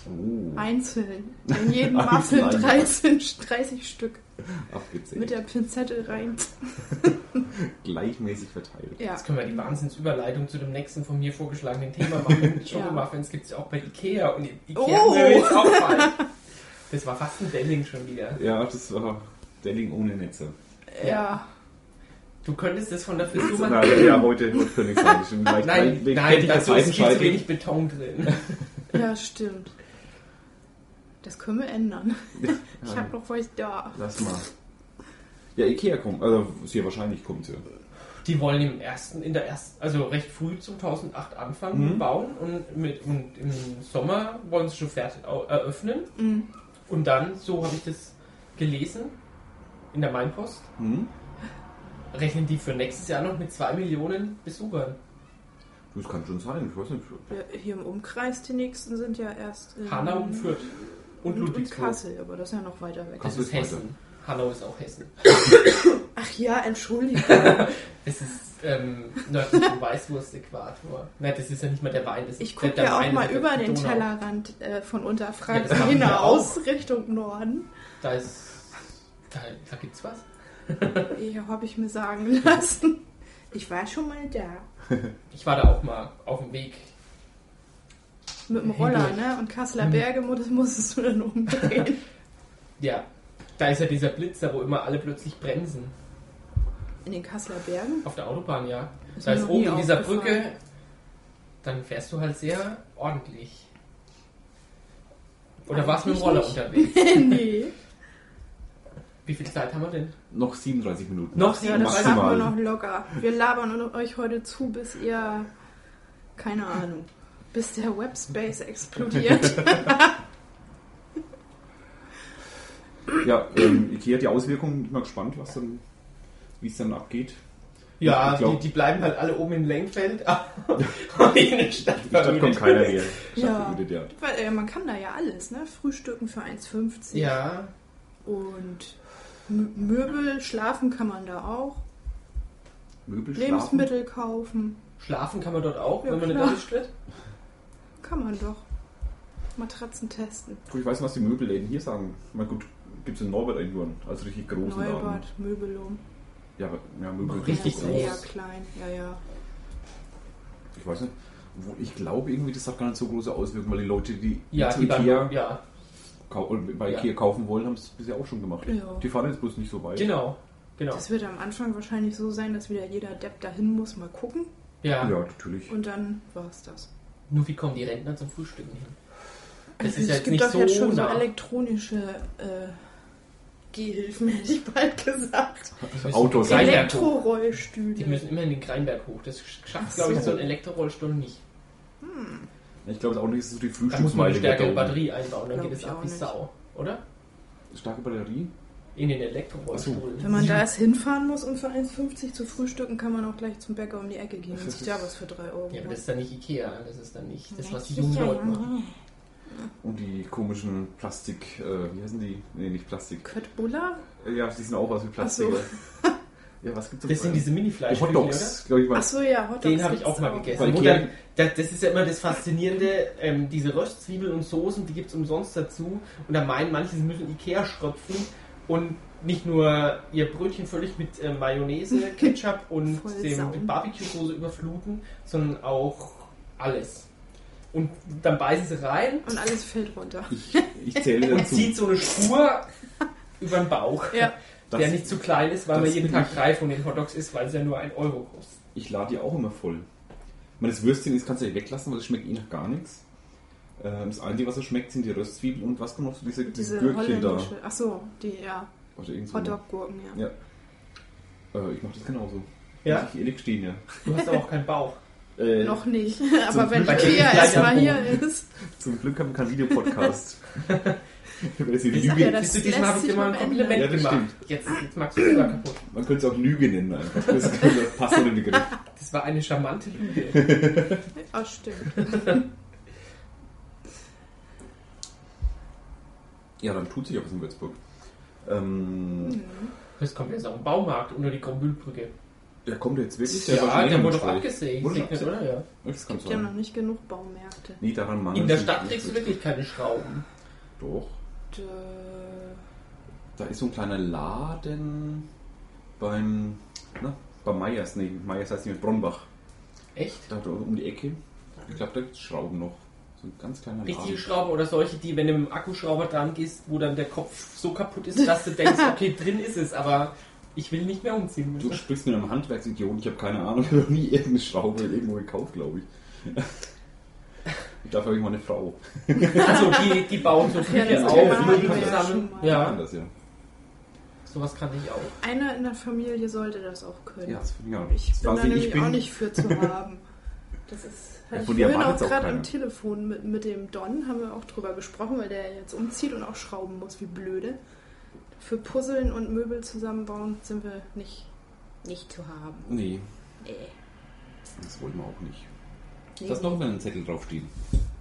Speaker 2: Oh,
Speaker 3: Einzeln. In jedem
Speaker 2: Einzeln
Speaker 3: Muffin
Speaker 2: eingepackt.
Speaker 3: 13, 30 Stück. Mit
Speaker 2: Oh, abgezählt.
Speaker 3: der Pinzette rein.
Speaker 2: Gleichmäßig verteilt.
Speaker 3: Ja.
Speaker 1: Jetzt können wir die Wahnsinnsüberleitung zu dem nächsten von mir vorgeschlagenen Thema machen. Schokomuffins gibt es ja auch bei Ikea und die Ikea
Speaker 3: Oh!
Speaker 1: will jetzt auch fallen. Das war fast ein Delling schon wieder.
Speaker 2: Ja, das war Delling ohne Netze.
Speaker 3: Ja.
Speaker 1: Du könntest das von der Frisur mal...
Speaker 2: Nein, ja, heute, heute könnte ich sagen. Schon leicht
Speaker 1: Nein,
Speaker 2: weg-
Speaker 1: nein,
Speaker 2: weg-
Speaker 1: dazu ist viel zu
Speaker 2: Seitenscheitel.
Speaker 1: wenig Beton drin.
Speaker 3: ja, stimmt. Das können wir ändern. Ich habe noch was da.
Speaker 2: Lass mal. Ja, Ikea kommt, also sehr wahrscheinlich kommt sie.
Speaker 1: Die wollen im ersten, in der ersten, also recht früh 2008 anfangen
Speaker 2: Mhm.
Speaker 1: mit bauen und, mit, und im Sommer wollen sie schon fertig au- eröffnen.
Speaker 3: Mhm.
Speaker 1: Und dann, so habe ich das gelesen in der Mainpost,
Speaker 2: Hm?
Speaker 1: rechnen die für nächstes Jahr noch mit 2 Millionen Besuchern.
Speaker 2: Du, Das kann schon sein, ich weiß nicht.
Speaker 3: Ja, Hier im Umkreis, die nächsten sind ja erst in
Speaker 1: Hanau und Fürth und
Speaker 3: und, und
Speaker 1: Ludwigsburg.
Speaker 3: Kassel, aber das ist ja noch weiter weg.
Speaker 2: Kassel.
Speaker 1: Das ist Hessen. Hanau ist auch Hessen.
Speaker 3: Ach ja, entschuldige.
Speaker 1: Es ist ähm, nördlich vom Weißwurst-Äquator. Nein, das ist ja nicht mal der Wein. Das ist
Speaker 3: Ich
Speaker 1: der-
Speaker 3: gucke
Speaker 1: der
Speaker 3: ja auch
Speaker 1: Wein
Speaker 3: mal
Speaker 1: ist ja
Speaker 3: über
Speaker 1: die
Speaker 3: den
Speaker 1: Donau.
Speaker 3: Tellerrand äh, von
Speaker 1: Ja,
Speaker 3: Unterfranken
Speaker 1: das machen wir
Speaker 3: hinaus Richtung Norden.
Speaker 1: Da ist. Da, da gibt's was.
Speaker 3: Ja, habe ich mir sagen lassen. Ich war schon mal da.
Speaker 1: Ich war da auch mal auf dem Weg.
Speaker 3: Mit dem Roller,
Speaker 1: Hindurch.
Speaker 3: ne?
Speaker 1: Hm.
Speaker 3: Und Kasseler Berge mu- das musstest du dann umdrehen.
Speaker 1: Ja. Da ist ja dieser Blitzer, wo immer alle plötzlich bremsen.
Speaker 3: In den Kasseler Bergen?
Speaker 1: Auf der Autobahn, ja.
Speaker 3: Ist
Speaker 1: da
Speaker 3: mir
Speaker 1: ist
Speaker 3: noch
Speaker 1: oben
Speaker 3: nie
Speaker 1: in dieser
Speaker 3: aufgefallen.
Speaker 1: Brücke. Dann fährst du halt sehr ordentlich. Oder warst du mit dem Roller
Speaker 3: Eigentlich
Speaker 1: unterwegs?
Speaker 3: nee.
Speaker 1: Wie viel Zeit haben wir denn?
Speaker 2: Noch 37 Minuten.
Speaker 1: Noch
Speaker 3: Ja, das schaffen wir
Speaker 2: Maximal.
Speaker 3: noch locker. Wir labern euch heute zu, bis ihr. Keine Ahnung. Bis der Webspace explodiert.
Speaker 2: Ja, ähm, Ikea hat die Auswirkungen. Ich bin mal gespannt, was dann, wie es dann abgeht.
Speaker 1: Ja,
Speaker 2: Ich glaub-
Speaker 1: die, die bleiben halt alle oben in Lengfeld. und in der Stadt
Speaker 2: Die Stadt kommt keiner mehr.
Speaker 3: Ja.
Speaker 2: Stadtverödet, ja.
Speaker 3: Weil, äh, man kann da ja alles, ne? Frühstücken für 1,50.
Speaker 1: Ja,
Speaker 3: Und M- Möbel, schlafen kann man da auch.
Speaker 2: Möbel schlafen.
Speaker 3: Lebensmittel kaufen.
Speaker 1: schlafen kann man dort auch,
Speaker 3: Ja,
Speaker 1: wenn man
Speaker 3: klar.
Speaker 1: eine tritt.
Speaker 3: Kann man doch. Matratzen testen.
Speaker 2: Gut, ich weiß nicht, was die Möbelläden hier sagen. Na gut, gibt es in Norbert eigentlich nur als richtig großen Laden.
Speaker 3: Neubad, Möbelum.
Speaker 2: Ja, aber ja, Möbel
Speaker 1: Richtig
Speaker 2: groß.
Speaker 3: ja, Eher
Speaker 1: groß.
Speaker 3: klein, ja, ja.
Speaker 2: Ich weiß nicht. Wo ich glaube, irgendwie, das hat gar nicht so große Auswirkungen, weil die Leute, die
Speaker 1: Ja,
Speaker 2: zu
Speaker 1: die dann,
Speaker 2: Ikea,
Speaker 1: ja,
Speaker 2: kau- oder bei
Speaker 1: Ja.
Speaker 2: Ikea kaufen wollen, haben es bisher auch schon gemacht.
Speaker 3: Ja.
Speaker 2: Die fahren jetzt bloß nicht so weit.
Speaker 1: genau, genau.
Speaker 3: Das wird am Anfang wahrscheinlich so sein, dass wieder jeder Depp dahin muss, mal gucken.
Speaker 1: Ja.
Speaker 2: Ja, natürlich.
Speaker 3: Und dann war's das.
Speaker 1: nur wie kommen die Rentner zum Frühstücken hin? Das ist
Speaker 3: Also es
Speaker 1: jetzt
Speaker 3: gibt
Speaker 1: nicht
Speaker 3: doch
Speaker 1: so
Speaker 3: jetzt schon
Speaker 1: nah.
Speaker 3: so elektronische äh, Gehhilfen, hätte ich bald gesagt.
Speaker 1: Die müssen
Speaker 2: Autos.
Speaker 1: in den Kreinberg hoch.
Speaker 3: Elektrorollstühle.
Speaker 1: Die müssen immer in den Kreinberg hoch. Das schafft,
Speaker 3: Ach
Speaker 1: glaube ich,
Speaker 3: so.
Speaker 1: so ein Elektrorollstuhl nicht.
Speaker 2: Ich glaube, es ist auch nicht so die
Speaker 1: Da muss man eine
Speaker 2: Frühstücksmeile. geht
Speaker 1: stärkere
Speaker 2: da oben.
Speaker 1: Batterie einbauen, dann
Speaker 3: Glaub
Speaker 1: geht es
Speaker 3: ich
Speaker 1: ab
Speaker 3: auch
Speaker 1: wie
Speaker 3: nicht.
Speaker 1: Sau, oder?
Speaker 2: Starke Batterie?
Speaker 1: In den Elektrorollstuhl.
Speaker 3: Wenn man da erst hinfahren muss, um für 1,50 zu frühstücken, kann man auch gleich zum Bäcker um die Ecke gehen und sich da was für 3 Euro
Speaker 1: ja, aber das
Speaker 3: holen.
Speaker 1: ist dann nicht Ikea, das ist dann nicht das, was die
Speaker 3: Ja,
Speaker 1: jungen
Speaker 3: sicher,
Speaker 1: Leute
Speaker 3: ja.
Speaker 1: machen.
Speaker 2: Und die komischen Plastik, äh, wie heißen die? Nee, nicht Plastik.
Speaker 3: Köttbullar?
Speaker 2: Äh, Ja, die sind auch aus wie Plastik.
Speaker 3: Ach so.
Speaker 2: oder? ja, was gibt's
Speaker 1: Das sind diese mini
Speaker 2: die Hot Dogs, glaube Oh, ich, mal.
Speaker 3: Achso, ja, Hotdogs.
Speaker 1: Den habe ich
Speaker 3: gibt's
Speaker 1: auch mal gegessen.
Speaker 2: Weil
Speaker 1: Wo
Speaker 2: Ikea-
Speaker 1: dann, das, das ist ja immer das Faszinierende, ähm, diese Röstzwiebeln und Soßen, die gibt es umsonst dazu. Und da meinen manche, sie müssen Ikea schröpfen und nicht nur ihr Brötchen völlig mit äh, Mayonnaise, Ketchup und
Speaker 3: Voll
Speaker 1: dem,
Speaker 3: Sau.
Speaker 1: mit Barbecue-Soße überfluten, sondern auch alles. Und dann beißen sie rein
Speaker 3: Und alles fällt runter.
Speaker 2: Ich, ich zähle
Speaker 1: und
Speaker 2: dazu.
Speaker 1: zieht so eine Spur über den Bauch,
Speaker 3: Ja,
Speaker 2: Das-
Speaker 1: der nicht zu klein ist, weil
Speaker 2: das
Speaker 1: man jeden
Speaker 2: bin
Speaker 1: Tag
Speaker 2: ich.
Speaker 1: drei von den Hotdogs isst, weil es ja nur ein Euro kostet.
Speaker 2: Ich lade die auch immer voll. Ich meine, das Würstchen ist, kannst du ja weglassen, weil es schmeckt eh nach gar nichts. Ähm, das Einzige, was es schmeckt, sind die Röstzwiebeln und was kommt noch so diese, diese,
Speaker 3: Diese
Speaker 2: Gürkchen da.
Speaker 3: holländische. Ach so, die, ja.
Speaker 2: Oder irgend so.
Speaker 3: Hotdog-Gurken, ja.
Speaker 2: Ja. Äh, ich mache das genauso.
Speaker 1: Ja?
Speaker 2: Muss ich ehrlich stehen, ja.
Speaker 1: Du hast aber auch keinen Bauch.
Speaker 2: Äh,
Speaker 3: Noch nicht.
Speaker 2: Zum
Speaker 3: Aber wenn
Speaker 2: Glück-
Speaker 1: Bei
Speaker 3: Ikea
Speaker 1: dem
Speaker 3: erstmal hier
Speaker 1: Kleiderbogen.
Speaker 3: ist.
Speaker 2: Zum Glück haben wir keinen Videopodcast. Über das
Speaker 1: Ich
Speaker 3: sag
Speaker 2: Lüge.
Speaker 3: ja,
Speaker 1: Äh,
Speaker 3: das
Speaker 1: Siehst du, diesmal
Speaker 3: lässt
Speaker 1: habe ich
Speaker 3: sich
Speaker 1: dir mal ein
Speaker 3: noch
Speaker 1: Kompliment
Speaker 2: ändern. Ja, das
Speaker 1: gemacht. Jetzt, jetzt magst du es sogar kaputt.
Speaker 2: Man könnte es auch Lüge nennen einfach. Das passt unter den Begriff.
Speaker 1: Das war eine charmante Lüge.
Speaker 3: Ach, stimmt.
Speaker 2: Ja, dann tut sich auch was in Würzburg. Ähm,
Speaker 1: Hm.
Speaker 3: Hm.
Speaker 1: Das kommt jetzt auch im Baumarkt unter die Krombühlbrücke.
Speaker 2: Der kommt jetzt wirklich.
Speaker 1: Ja,
Speaker 2: war schon länger
Speaker 1: der
Speaker 2: im
Speaker 1: wurde doch
Speaker 2: Gespräch.
Speaker 1: abgesägt,
Speaker 2: Wurde schon
Speaker 1: oder? Ja.
Speaker 2: Das
Speaker 3: Es
Speaker 2: kann
Speaker 3: gibt ja noch
Speaker 2: sein.
Speaker 3: nicht genug Baumärkte.
Speaker 2: Nee, daran mangelt
Speaker 1: In der
Speaker 2: es
Speaker 1: Stadt
Speaker 2: nicht.
Speaker 1: kriegst du wirklich keine Schrauben.
Speaker 2: Doch.
Speaker 3: Und, äh,
Speaker 2: Da ist so ein kleiner Laden beim. Na, bei Meyers. Nee, Meyers heißt nicht mehr Bronnbach.
Speaker 1: Echt?
Speaker 2: Da um die Ecke. Ich glaube, da gibt es Schrauben noch. So ein ganz kleiner Laden.
Speaker 1: Richtige Schrauber oder solche, die, wenn du mit dem Akkuschrauber dran gehst, wo dann der Kopf so kaputt ist, dass du denkst, okay, drin ist es, aber ich will nicht mehr umziehen
Speaker 2: Du
Speaker 1: müssen.
Speaker 2: sprichst mit einem Handwerksidioten, ich habe keine Ahnung, ich habe noch nie irgendeine Schraube irgendwo gekauft, glaube ich. Und dafür habe ich meine Frau.
Speaker 1: Also die, die bauen so
Speaker 3: ja,
Speaker 1: viel
Speaker 3: das
Speaker 1: auf,
Speaker 2: Thema
Speaker 1: machen
Speaker 2: hatten wir
Speaker 1: die
Speaker 2: ja
Speaker 1: zusammen.
Speaker 3: schon mal.
Speaker 1: Ja,
Speaker 2: Anders, ja.
Speaker 1: sowas kann ich auch.
Speaker 3: Einer in der Familie sollte das auch können.
Speaker 2: Ja, das finde ich auch.
Speaker 3: Ich bin da
Speaker 2: Quasi,
Speaker 3: nämlich auch nicht für zu haben. Das ist
Speaker 2: Ja,
Speaker 3: hatte ich
Speaker 2: von dir
Speaker 3: vorhin auch
Speaker 2: erwartet's auch
Speaker 3: gerade
Speaker 2: keiner.
Speaker 3: am Telefon mit, mit dem Don, haben wir auch drüber gesprochen, weil der jetzt umzieht und auch schrauben muss, wie blöde. Für Puzzeln und Möbel zusammenbauen sind wir nicht, nicht zu haben.
Speaker 2: Nee,
Speaker 3: Nee.
Speaker 2: das wollen wir auch nicht.
Speaker 3: Äh. Nee.
Speaker 2: Lass noch einen Zettel draufstehen.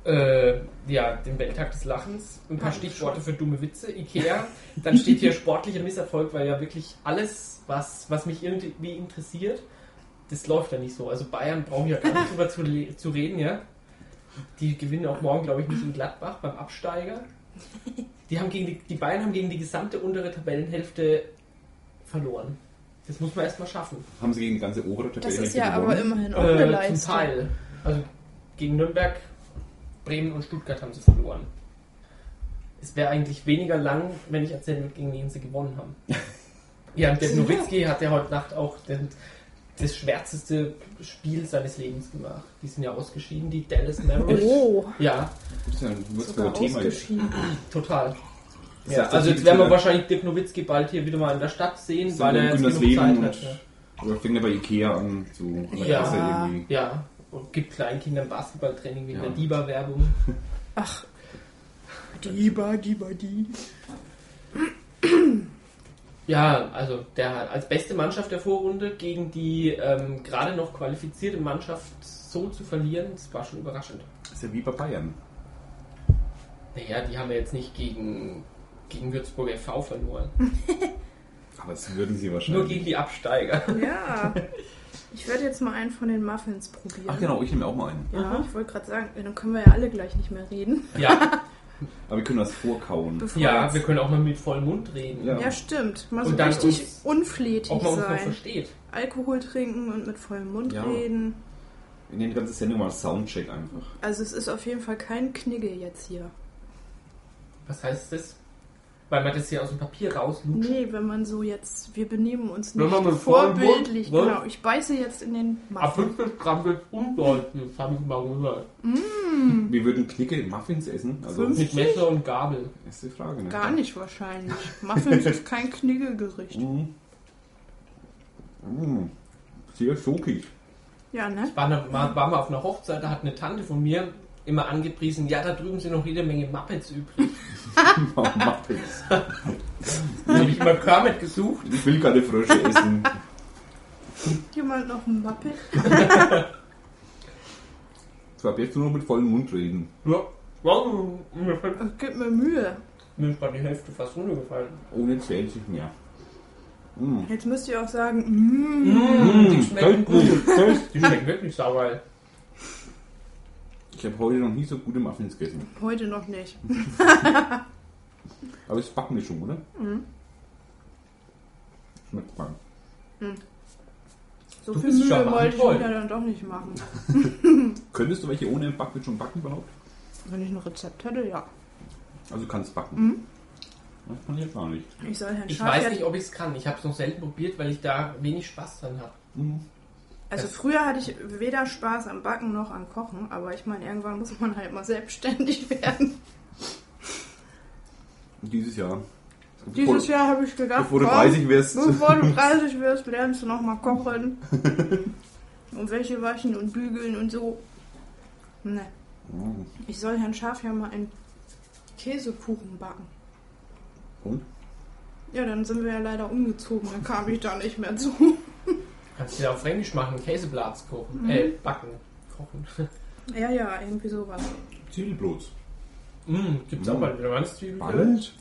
Speaker 1: Äh, ja, den Welttag des Lachens, ein paar Stichworte für dumme Witze, Ikea, dann steht hier sportlicher Misserfolg, weil ja wirklich alles, was, was mich irgendwie interessiert, das läuft ja nicht so. Also Bayern brauchen ja gar nicht drüber zu, le- zu reden, ja. Die gewinnen auch morgen, glaube ich, nicht in Gladbach beim Absteiger. Die, haben gegen die, die Bayern haben gegen die gesamte untere Tabellenhälfte verloren. Das muss man erstmal schaffen.
Speaker 2: Haben Sie gegen die ganze obere Tabelle
Speaker 3: Das ist
Speaker 2: gewonnen?
Speaker 3: ja aber immerhin auch eine
Speaker 1: Äh, zum
Speaker 3: Leistung.
Speaker 1: Teil. Also gegen Nürnberg, Bremen und Stuttgart haben sie verloren. Es wäre eigentlich weniger lang, wenn ich erzählen würde, gegen wen sie gewonnen haben. ja, und der Nowitzki hat ja heute Nacht auch den, das schwärzeste Spiel seines Lebens gemacht. Die sind ja ausgeschieden, die Dallas Mavericks.
Speaker 3: Oh,
Speaker 1: Ja,
Speaker 2: Das ist ja ein
Speaker 3: sogar
Speaker 2: Würzburger Thema jetzt.
Speaker 3: ausgeschieden.
Speaker 1: total.
Speaker 2: Das
Speaker 1: Ja,
Speaker 2: heißt,
Speaker 1: also
Speaker 2: das
Speaker 1: jetzt werden wir
Speaker 2: ist
Speaker 1: wahrscheinlich Dirk Nowitzki bald hier wieder mal in der Stadt sehen,
Speaker 2: so
Speaker 1: weil
Speaker 2: ein
Speaker 1: er jetzt
Speaker 2: grünes
Speaker 1: genug
Speaker 2: Leben
Speaker 1: Zeit hat. ne?
Speaker 2: und- Oder fängt er bei Ikea an, so an der
Speaker 1: Ja.
Speaker 2: Kasse irgendwie.
Speaker 1: Ja, ja. und gibt Kleinkindern Basketballtraining wegen
Speaker 2: Ja.
Speaker 1: der Diba-Werbung.
Speaker 3: Diba, diba, die.
Speaker 1: Ja, also der hat als beste Mannschaft der Vorrunde gegen die ähm, gerade noch qualifizierte Mannschaft so zu verlieren, das war schon überraschend.
Speaker 2: Das ist ja wie bei Bayern.
Speaker 1: Naja, die haben ja jetzt nicht gegen, gegen Würzburg e.V. verloren.
Speaker 3: Hm.
Speaker 2: Aber das würden Sie
Speaker 1: Nur
Speaker 2: wahrscheinlich.
Speaker 1: gegen die Absteiger.
Speaker 3: Ja. Ich werde jetzt mal einen von den Muffins probieren.
Speaker 2: Ach genau, ich nehme auch mal einen.
Speaker 3: Ja, ich wollte gerade sagen, dann können wir ja alle gleich nicht mehr reden.
Speaker 1: Ja,
Speaker 2: Aber wir können das vorkauen.
Speaker 3: Bevor
Speaker 1: ja,
Speaker 3: jetzt-
Speaker 1: wir können auch mal mit vollem Mund reden.
Speaker 2: Ja.
Speaker 3: Ja, stimmt. Mal so
Speaker 1: Und dann
Speaker 3: richtig
Speaker 1: uns-
Speaker 3: unflätig
Speaker 1: Ob man uns noch
Speaker 3: sein.
Speaker 1: versteht.
Speaker 3: Alkohol trinken und mit vollem Mund
Speaker 2: Ja.
Speaker 3: reden.
Speaker 2: Wir nehmen die ganze Sendung mal Soundcheck einfach.
Speaker 3: Also es ist auf jeden Fall kein Knigge jetzt hier.
Speaker 1: Was heißt das? Weil man das hier aus dem Papier rauslutscht.
Speaker 3: Nee, wenn man so jetzt, wir benehmen uns
Speaker 1: Wenn
Speaker 3: nicht
Speaker 1: man mit vollem Mund-
Speaker 3: vorbildlich.
Speaker 1: Was?
Speaker 3: Genau, ich beiße jetzt in den
Speaker 1: Ab
Speaker 3: Muffin.
Speaker 1: 50 Gramm wird undeutlich, das habe ich mal gehört.
Speaker 2: Wir würden Knicke Muffins essen. Also
Speaker 3: Fünf?
Speaker 1: Mit Messer und Gabel.
Speaker 2: ist die Frage. Ne?
Speaker 3: Gar nicht wahrscheinlich. Muffins ist kein Knigge-Gericht.
Speaker 2: Mhm. Mhm. Sehr schokig.
Speaker 3: Ja, ne?
Speaker 1: war, noch, war, war mal auf einer Hochzeit, da hat eine Tante von mir immer angepriesen, ja, da drüben sind noch jede Menge Muppets übrig.
Speaker 2: Muffins.
Speaker 1: Da habe ich immer Kermit gesucht.
Speaker 2: Ich will keine Frösche essen.
Speaker 3: Jemand noch ein Muppet?
Speaker 2: Ich habe jetzt nur noch mit vollem Mund reden.
Speaker 1: Ja, wow, mir, fällt-
Speaker 3: Ach, Äh, Gib mir Mühe.
Speaker 1: mir ist gerade die Hälfte fast runtergefallen.
Speaker 2: Ohne zählt sich mehr. Mhm.
Speaker 3: Jetzt müsst ihr auch sagen, mm,
Speaker 1: Mmh, die schmecken
Speaker 2: Könnt gut.
Speaker 1: gut.
Speaker 2: Könnt
Speaker 1: Die schmecken wirklich sauer.
Speaker 2: Ich habe heute noch nie so gute Muffins gegessen.
Speaker 3: heute noch nicht.
Speaker 2: Aber es backen wir schon, oder?
Speaker 3: Mm.
Speaker 2: Schmeckt man.
Speaker 3: So
Speaker 1: Du
Speaker 3: viel
Speaker 1: bist
Speaker 3: Mühe
Speaker 1: charmant,
Speaker 3: wollte ich
Speaker 1: voll.
Speaker 3: wieder dann doch nicht machen.
Speaker 2: Könntest du welche ohne Backen schon backen überhaupt?
Speaker 3: Wenn ich ein Rezept hätte, ja.
Speaker 2: Also du kannst backen.
Speaker 3: Mhm.
Speaker 2: Das kann ich jetzt gar nicht.
Speaker 3: Ich soll Herrn
Speaker 1: Ich
Speaker 3: Schaf
Speaker 1: weiß
Speaker 3: ja
Speaker 1: nicht, ob ich es kann. Ich habe es noch selten probiert, weil ich da wenig Spaß dran habe.
Speaker 2: Mhm.
Speaker 3: Also früher hatte ich weder Spaß am Backen noch am Kochen, aber ich meine, irgendwann muss man halt mal selbstständig werden.
Speaker 2: Dieses Jahr.
Speaker 3: Dieses Jahr habe ich gedacht,
Speaker 2: Bevor du
Speaker 3: komm,
Speaker 2: 30 wirst.
Speaker 3: bevor du 30 wirst, lernst du nochmal kochen. und welche waschen und bügeln und so. Ne,
Speaker 2: Hm.
Speaker 3: ich soll Herrn Schaf ja mal einen Käsekuchen backen.
Speaker 2: Und?
Speaker 3: Ja, dann sind wir ja leider umgezogen, dann kam ich da nicht mehr zu.
Speaker 1: Kannst du ja auf Fränkisch machen, Käseblatz kochen,
Speaker 3: Mhm.
Speaker 1: äh, backen, kochen.
Speaker 3: Ja, ja, irgendwie sowas.
Speaker 2: Zwiebelbrot.
Speaker 1: Mm, gibt's auch
Speaker 2: Mm.
Speaker 1: mal Verwandtszwiebeln?
Speaker 2: Bald? Im
Speaker 3: So,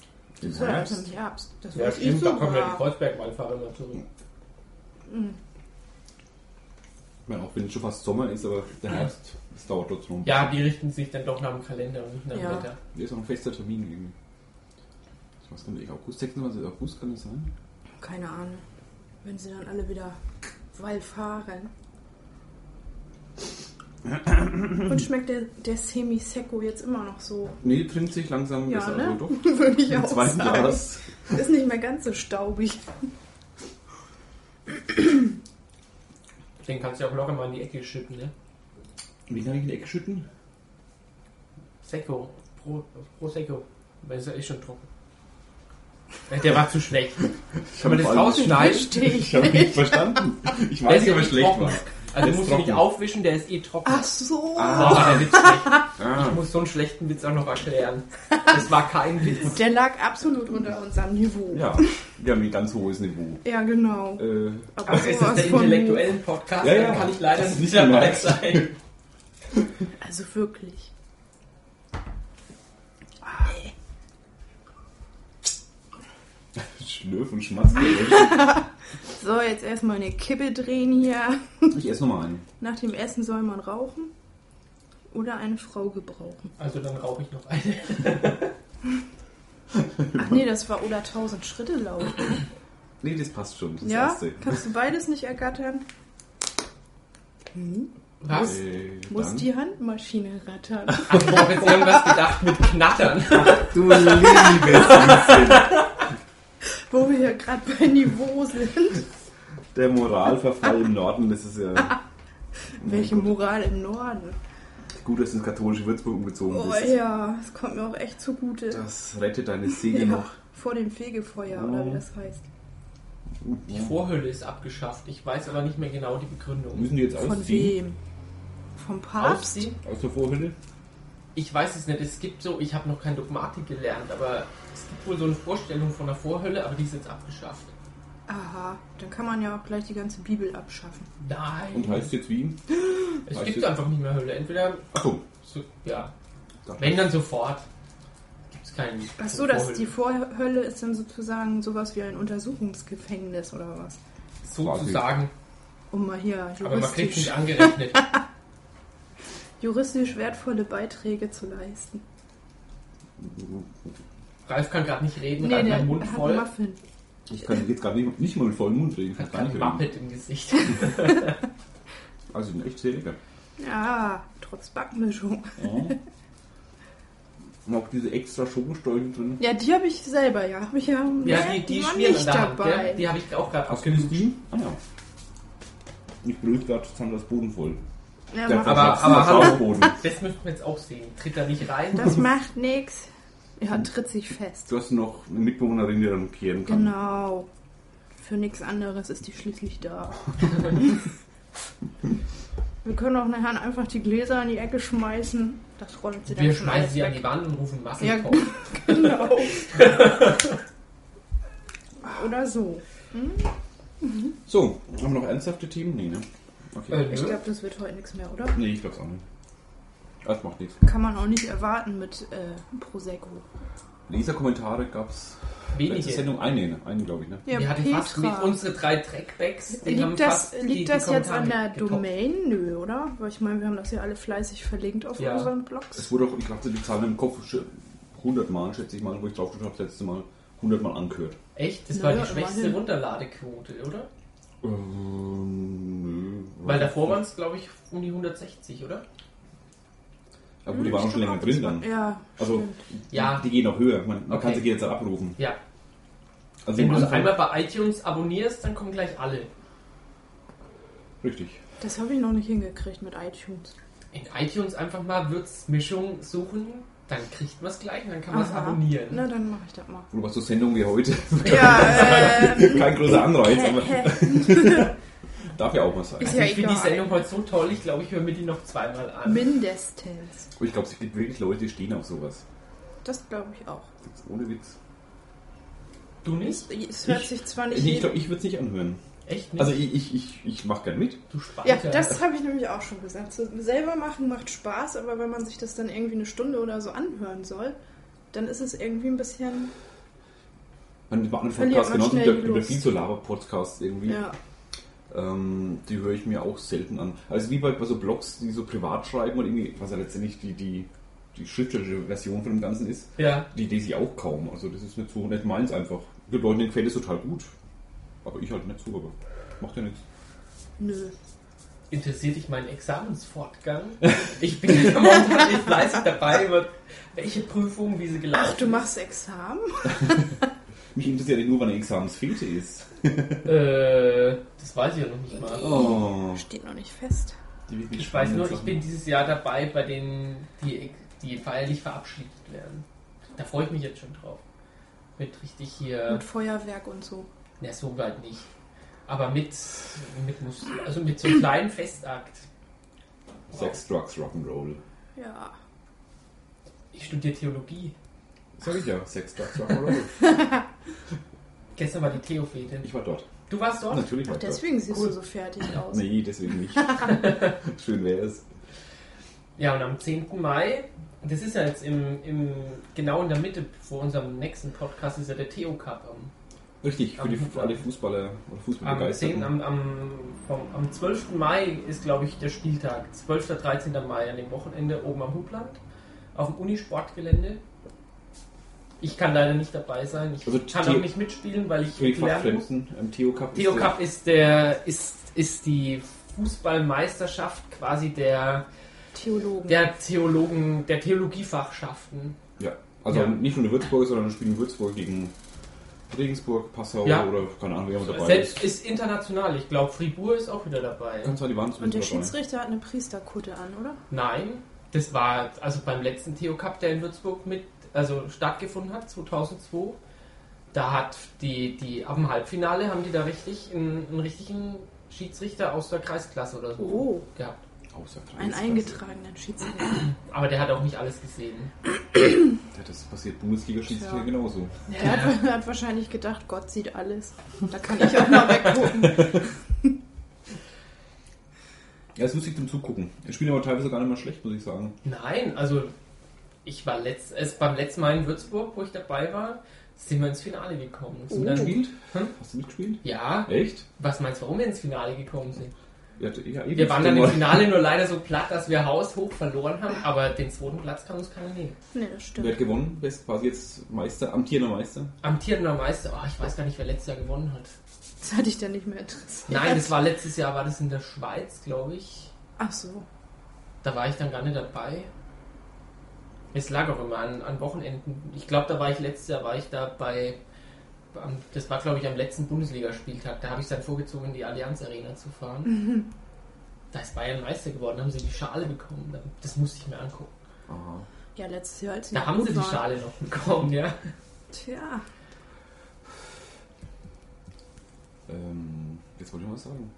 Speaker 3: das ist
Speaker 2: Herbst?
Speaker 3: im Herbst. Das
Speaker 1: Ja,
Speaker 3: weiß ich
Speaker 1: stimmt, da kommen ja die
Speaker 3: sogar.
Speaker 1: Kreuzberg-Wallfahrer mal zurück.
Speaker 2: Ich meine, auch wenn es schon fast Sommer ist, aber der Herbst, es dauert trotzdem noch ein
Speaker 1: Ja, die richten sich dann doch nach dem Kalender und nicht nach dem
Speaker 3: Ja.
Speaker 1: Wetter.
Speaker 2: bisschen. Hier ist auch ein fester Termin irgendwie. Ich weiß gar nicht, August, 26. August kann das sein?
Speaker 3: Keine Ahnung. Wenn sie dann alle wieder wallfahren. Und schmeckt der, der Semi-Secco jetzt immer noch so?
Speaker 2: Nee, trinkt sich langsam
Speaker 3: Ja,
Speaker 2: besser.
Speaker 3: ne?
Speaker 2: Also doch.
Speaker 3: Würde ich
Speaker 2: Im
Speaker 3: auch
Speaker 2: zweiten
Speaker 3: sagen.
Speaker 2: Glas.
Speaker 3: Ist nicht mehr ganz so staubig.
Speaker 1: Den kannst du ja auch locker mal in die Ecke schütten, ne?
Speaker 2: Wie kann ich in die Ecke schütten?
Speaker 1: Secco, Pro, Prosecco. Weil ist ja eh schon trocken. Äh, Der war zu schlecht. Kann man das rausschneiden?
Speaker 3: Verstehe ich.
Speaker 2: Ich habe nicht verstanden. Ich weiß nicht, ob er schlecht war.
Speaker 1: Also
Speaker 2: Der
Speaker 1: du
Speaker 2: ist
Speaker 1: musst
Speaker 2: trocken.
Speaker 1: ihn nicht aufwischen, der ist eh trocken.
Speaker 3: Ach so.
Speaker 2: Ah.
Speaker 1: Boah, der Witz schlecht. Ich
Speaker 2: Ah,
Speaker 1: muss so einen schlechten Witz auch noch erklären. Das war kein Witz.
Speaker 3: Der lag absolut unter unserem Niveau.
Speaker 2: ja, wir haben ein ganz hohes Niveau.
Speaker 3: Ja, genau.
Speaker 2: Äh,
Speaker 3: Aber
Speaker 1: Ach, ist das der intellektuellen Podcast?
Speaker 2: Ja, ja.
Speaker 1: Dann kann ich leider
Speaker 2: Das ist
Speaker 1: nicht
Speaker 2: nicht
Speaker 1: dabei
Speaker 2: gemeint.
Speaker 1: sein.
Speaker 3: Also wirklich.
Speaker 2: Schlürf und Schmatz.
Speaker 3: So, jetzt erstmal eine Kippe drehen hier.
Speaker 2: Ich esse nochmal einen.
Speaker 3: Nach dem Essen soll man rauchen oder eine Frau gebrauchen.
Speaker 1: Also dann rauche ich noch eine.
Speaker 3: Ach nee, das war oder 1000 Schritte laufen.
Speaker 2: Nee, das passt schon. Das ist
Speaker 3: Ja?
Speaker 2: das erste.
Speaker 3: Kannst du beides nicht ergattern?
Speaker 1: Was?
Speaker 2: Äh,
Speaker 3: Muss
Speaker 2: Hm? dann-
Speaker 3: die Handmaschine rattern.
Speaker 1: Ach, ich habe jetzt irgendwas gedacht mit Knattern.
Speaker 2: Du liebes bisschen.
Speaker 3: Wo wir ja gerade bei Niveau sind.
Speaker 2: Der Moralverfall im Norden, das ist ja
Speaker 3: Welche Moral im Norden.
Speaker 2: gut, dass du ins katholische Würzburg umgezogen
Speaker 3: Oh
Speaker 2: bist.
Speaker 3: ja, das kommt mir auch echt zugute.
Speaker 2: Das rettet deine Segel
Speaker 3: Ja,
Speaker 2: noch. Oh.
Speaker 3: vor dem Fegefeuer oder wie das heißt.
Speaker 1: Die Vorhölle ist abgeschafft. Ich weiß aber nicht mehr genau die Begründung.
Speaker 2: Müssen die jetzt
Speaker 3: Von
Speaker 2: ausziehen?
Speaker 3: wem? Vom Papst?
Speaker 1: Ausziehen?
Speaker 2: Aus der Vorhülle?
Speaker 1: Ich weiß es nicht. Es gibt so, ich habe noch kein Dogmatik gelernt, aber es gibt wohl so eine Vorstellung von der Vorhölle, aber die ist jetzt abgeschafft.
Speaker 3: Aha, dann kann man ja auch gleich die ganze Bibel abschaffen.
Speaker 1: Nein.
Speaker 2: Und heißt jetzt wie?
Speaker 1: es
Speaker 2: heißt
Speaker 1: gibt
Speaker 2: es-
Speaker 1: einfach nicht mehr Hölle. Entweder,
Speaker 2: Achso.
Speaker 1: so, ja,
Speaker 2: Dachte
Speaker 1: wenn dann sofort. Gibt es keinen.
Speaker 3: Ach so, das, die Vorhölle ist dann sozusagen sowas wie ein Untersuchungsgefängnis oder was?
Speaker 1: Sozusagen.
Speaker 3: Um mal hier
Speaker 1: Aber man kriegt
Speaker 3: juristisch,
Speaker 1: nicht angerechnet.
Speaker 3: juristisch wertvolle Beiträge zu leisten.
Speaker 1: Ralf kann gerade nicht reden, Ralf hat den Mund
Speaker 3: hat
Speaker 1: voll.
Speaker 3: Muffin.
Speaker 2: Ich kann jetzt gerade nicht, nicht mal mit vollem Mund reden. Ich kann
Speaker 1: Hat
Speaker 2: gar
Speaker 1: gerade
Speaker 2: nicht
Speaker 1: ein
Speaker 2: reden.
Speaker 1: Muppet im Gesicht.
Speaker 2: Also, die sind echt sehr lecker.
Speaker 3: Ja, trotz Backmischung.
Speaker 2: Ja. Und auch diese extra Schokostollen drin.
Speaker 3: Ja, die habe ich selber, ja. Habe ich ja,
Speaker 1: Ja,
Speaker 3: nee,
Speaker 1: die, die,
Speaker 3: waren
Speaker 1: schmieren an
Speaker 3: nicht
Speaker 1: der Hand.
Speaker 3: dabei.
Speaker 1: Gell? Die habe ich auch gerade
Speaker 2: Kennst du
Speaker 1: ausgelöst.
Speaker 2: die? Ah ja. Ich brülle gerade Sandras Boden voll.
Speaker 3: ja,
Speaker 2: Der
Speaker 3: macht-
Speaker 1: aber-
Speaker 2: verpasste
Speaker 1: aber hallo.
Speaker 2: Saftboden.
Speaker 1: Das müssen wir jetzt auch sehen. Tritt da nicht rein.
Speaker 3: das macht nix. Ja, tritt sich fest.
Speaker 2: Du hast noch eine Mitbewohnerin, die dann kehren kann.
Speaker 3: Genau. Für nichts anderes ist die schließlich da. Wir können auch nachher einfach die Gläser in die Ecke schmeißen. Das räumt sie dann
Speaker 1: wir
Speaker 3: schon
Speaker 1: schmeißen
Speaker 3: alles
Speaker 1: sie an
Speaker 3: weg.
Speaker 1: die Wand und rufen Massen
Speaker 3: Ja,
Speaker 1: vor.
Speaker 3: genau. Oder so.
Speaker 2: So, haben wir noch ernsthafte Themen? Nee, ne? Okay.
Speaker 1: Äh,
Speaker 3: Ich
Speaker 1: nö.
Speaker 3: glaube, das wird heute nichts mehr, oder?
Speaker 2: Nee, ich glaub's auch nicht. Ah, Das macht nichts.
Speaker 3: Kann man auch nicht erwarten mit äh, Prosecco.
Speaker 2: Leserkommentare gab's. Letzte
Speaker 1: Wenige.
Speaker 2: Sendung eine, ne? eine glaube ich, ne?
Speaker 1: Wir hatten fast mit unsere drei Trackbacks. die haben
Speaker 3: Liegt das,
Speaker 1: fast die- die
Speaker 3: liegt das jetzt an der
Speaker 1: Kommentare getoppt.
Speaker 3: Domain? Nö, oder? Weil ich meine, wir haben das ja alle fleißig verlinkt auf
Speaker 1: Ja.
Speaker 3: unseren Blogs.
Speaker 2: Es wurde auch, ich glaube, die Zahlen im Kopf sch- 100 Mal, schätze ich mal, wo ich drauf habe, das letzte Mal 100 Mal angehört.
Speaker 1: Echt? Das
Speaker 3: Nö,
Speaker 1: war die
Speaker 3: immerhin.
Speaker 1: schwächste Runterladequote, oder?
Speaker 2: Ähm, nö.
Speaker 1: Weil davor waren es, glaube ich, um die 160, oder?
Speaker 2: Ja gut, die waren auch schon länger drin dann.
Speaker 3: Ja,
Speaker 2: Also,
Speaker 3: stimmt.
Speaker 1: Ja.
Speaker 2: die gehen auch höher. Man, man kann
Speaker 1: Okay.
Speaker 2: sie jederzeit abrufen.
Speaker 1: Ja.
Speaker 2: Also
Speaker 1: Wenn
Speaker 2: am
Speaker 1: du es
Speaker 2: Anfang-
Speaker 1: einmal bei iTunes abonnierst, dann kommen gleich alle.
Speaker 2: Richtig.
Speaker 3: Das habe ich noch nicht hingekriegt mit iTunes.
Speaker 1: In iTunes einfach mal Würzmischung suchen, dann kriegt man es gleich und dann kann man es abonnieren.
Speaker 3: Na, dann mache ich das mal.
Speaker 2: Wobei so Sendungen wie heute
Speaker 3: Ja, äh,
Speaker 2: kein großer Anreiz, aber
Speaker 3: hä, hä.
Speaker 2: darf ja auch mal sein.
Speaker 3: Ist
Speaker 1: Also
Speaker 3: ja
Speaker 1: ich finde die
Speaker 3: egal.
Speaker 1: Sendung heute so toll, ich glaube, ich höre mir die noch zweimal an.
Speaker 3: Mindestens.
Speaker 2: Aber ich glaube, es gibt wirklich Leute, die stehen auf sowas.
Speaker 3: Das glaube ich auch.
Speaker 2: Jetzt ohne Witz.
Speaker 1: du nicht?
Speaker 3: Es hört
Speaker 2: Ich-
Speaker 3: sich zwar nicht.
Speaker 2: Ich, ich
Speaker 3: jeder-
Speaker 2: glaube, ich würde es nicht anhören.
Speaker 1: Echt nicht?
Speaker 2: Also ich, ich, ich, ich mache gern mit.
Speaker 1: du Spalter.
Speaker 3: ja, das habe ich nämlich auch schon gesagt. So, selber machen macht Spaß, aber wenn man sich das dann irgendwie eine Stunde oder so anhören soll, dann ist es irgendwie ein bisschen.
Speaker 2: Man war ein
Speaker 3: Verliert
Speaker 2: Podcast,
Speaker 3: man
Speaker 2: genauso wie
Speaker 3: schnell
Speaker 2: der,
Speaker 3: die
Speaker 2: wie der
Speaker 3: Lust.
Speaker 2: viel zu laber podcast irgendwie.
Speaker 3: Ja.
Speaker 2: Ähm, die höre ich mir auch selten an. Also wie bei, bei so Blogs, die so privat schreiben und irgendwie, was ja letztendlich die, die, die schriftliche Version von dem Ganzen ist,
Speaker 1: ja.
Speaker 2: die lese ich auch kaum. Also das ist nicht so nicht meins einfach. Die Leute denen gefällt es total gut. Aber ich halt nicht so, aber macht ja nichts.
Speaker 3: Nö.
Speaker 1: Interessiert dich mein Examensfortgang? Ich bin ja momentan nicht fleißig dabei, über welche Prüfungen, wie sie gelaufen
Speaker 3: Ach, du machst Examen?
Speaker 2: Mich interessiert ja nur, wann eine Examensfete ist.
Speaker 1: Äh, das weiß ich ja noch nicht mal.
Speaker 2: Oh,
Speaker 3: Steht noch nicht fest.
Speaker 2: die wirklich
Speaker 1: Ich weiß nur,
Speaker 2: spannenden
Speaker 1: ich bin
Speaker 2: Sachen.
Speaker 1: dieses Jahr dabei bei denen, die, die feierlich verabschiedet werden. Da freue ich mich jetzt schon drauf. Mit richtig hier.
Speaker 3: Mit Feuerwerk und so.
Speaker 1: Na, so weit nicht. Aber mit, mit, Mus- also mit so einem kleinen Festakt.
Speaker 2: Sex, Drugs, Rock'n'Roll.
Speaker 3: Ja.
Speaker 1: Ich studiere Theologie.
Speaker 2: Sag ich ja, Sex, Drugs, Rock'n'Roll.
Speaker 1: Gestern war die Theofete.
Speaker 2: Ich war dort.
Speaker 1: Du warst dort?
Speaker 2: Natürlich war
Speaker 3: Ach,
Speaker 2: ich dort.
Speaker 3: deswegen siehst
Speaker 1: Cool.
Speaker 3: du so fertig aus.
Speaker 2: Nee, deswegen nicht. Schön wäre es.
Speaker 1: Ja, und am 10. Mai, das ist ja jetzt im, im, genau in der Mitte vor unserem nächsten Podcast, ist ja der Theo Cup am
Speaker 2: Richtig, für,
Speaker 1: Am
Speaker 2: die,
Speaker 1: Fußball.
Speaker 2: für alle Fußballer oder
Speaker 1: Am, 10,
Speaker 2: Fußballbegeisterten.
Speaker 1: am, am, vom, am 12. Mai ist, glaube ich, der Spieltag. 12. 13. Mai an dem Wochenende oben am Hubland auf dem Unisportgelände. Ich kann leider nicht dabei sein. Ich
Speaker 2: Also
Speaker 1: kann
Speaker 2: Theo-
Speaker 1: auch nicht mitspielen, weil ich
Speaker 2: Für die
Speaker 1: lernen muss.
Speaker 2: Fachfremden im ähm, Theo Cup.
Speaker 1: Theo
Speaker 2: ist
Speaker 1: Cup ist, der, ist, ist die Fußballmeisterschaft quasi der,
Speaker 3: Theologen.
Speaker 1: der Theologen, der Theologiefachschaften.
Speaker 2: Der, ja, also
Speaker 1: Ja.
Speaker 2: nicht nur eine Würzburger, sondern wir spielen Würzburg gegen Regensburg, Passau
Speaker 1: Ja.
Speaker 2: oder keine Ahnung, wer mit dabei
Speaker 1: Selbst
Speaker 2: ist.
Speaker 1: ist international. Ich glaube, Fribourg ist auch wieder dabei.
Speaker 2: Kann zwar die Wand
Speaker 3: Und der
Speaker 2: dabei.
Speaker 3: Schiedsrichter hat eine Priesterkutte an, oder?
Speaker 1: Nein, das war also beim letzten Theo Cup, der in Würzburg mit, also stattgefunden hat, 2002. Da hat die, die ab dem Halbfinale haben die da richtig einen, einen richtigen Schiedsrichter aus der Kreisklasse oder so
Speaker 3: Oh.
Speaker 1: gehabt.
Speaker 2: Außer Kreis,
Speaker 3: Einen
Speaker 2: das-
Speaker 3: eingetragenen Schiedsrichter.
Speaker 1: Aber der hat auch nicht alles gesehen.
Speaker 2: Ja, das passiert Bundesliga-Schiedsrichter
Speaker 3: Ja.
Speaker 2: genauso.
Speaker 3: Der hat, hat wahrscheinlich gedacht, Gott sieht alles. Da kann ich auch mal weggucken.
Speaker 2: Ja, es ist lustig zum Zugucken. Die spielen aber teilweise gar nicht mal schlecht, muss ich sagen.
Speaker 1: Nein, also ich war letzt, es beim letzten Mal in Würzburg, wo ich dabei war, sind wir ins Finale gekommen. Sind
Speaker 3: Oh.
Speaker 1: dann-
Speaker 2: Gespielt?
Speaker 1: Hm?
Speaker 2: Hast du mitgespielt?
Speaker 1: Ja,
Speaker 2: Echt?
Speaker 1: was meinst du, warum wir ins Finale gekommen sind?
Speaker 2: Ja, t- ja, eh,
Speaker 1: Wir waren dann im
Speaker 2: mal.
Speaker 1: Finale nur leider so platt, dass wir haushoch verloren haben, aber den zweiten Platz kann uns keiner nehmen.
Speaker 3: Nee, das
Speaker 2: Wer hat
Speaker 3: stimmt.
Speaker 2: gewonnen? Wer ist quasi jetzt Meister, amtierender Meister?
Speaker 1: Amtierender Meister, oh, ich weiß gar nicht, wer letztes Jahr gewonnen hat.
Speaker 3: Das hatte ich dann nicht mehr interessiert.
Speaker 1: Nein, das war letztes Jahr, war das in der Schweiz, glaube ich.
Speaker 3: Ach so.
Speaker 1: Da war ich dann gar nicht dabei. Es lag auch immer an, an Wochenenden. Ich glaube, da war ich letztes Jahr, war ich da bei, am- das war glaube ich am letzten Bundesligaspieltag, da habe ich dann vorgezogen, in die Allianz Arena zu fahren. Da ist Bayern Meister geworden, da haben sie die Schale bekommen. Das musste ich mir angucken.
Speaker 2: Aha.
Speaker 3: Ja, letztes Jahr als
Speaker 1: Da
Speaker 3: noch
Speaker 1: haben
Speaker 3: gut
Speaker 1: sie die
Speaker 3: waren.
Speaker 1: Schale noch bekommen, ja.
Speaker 3: Tja,
Speaker 2: Ähm, jetzt wollte ich noch was sagen.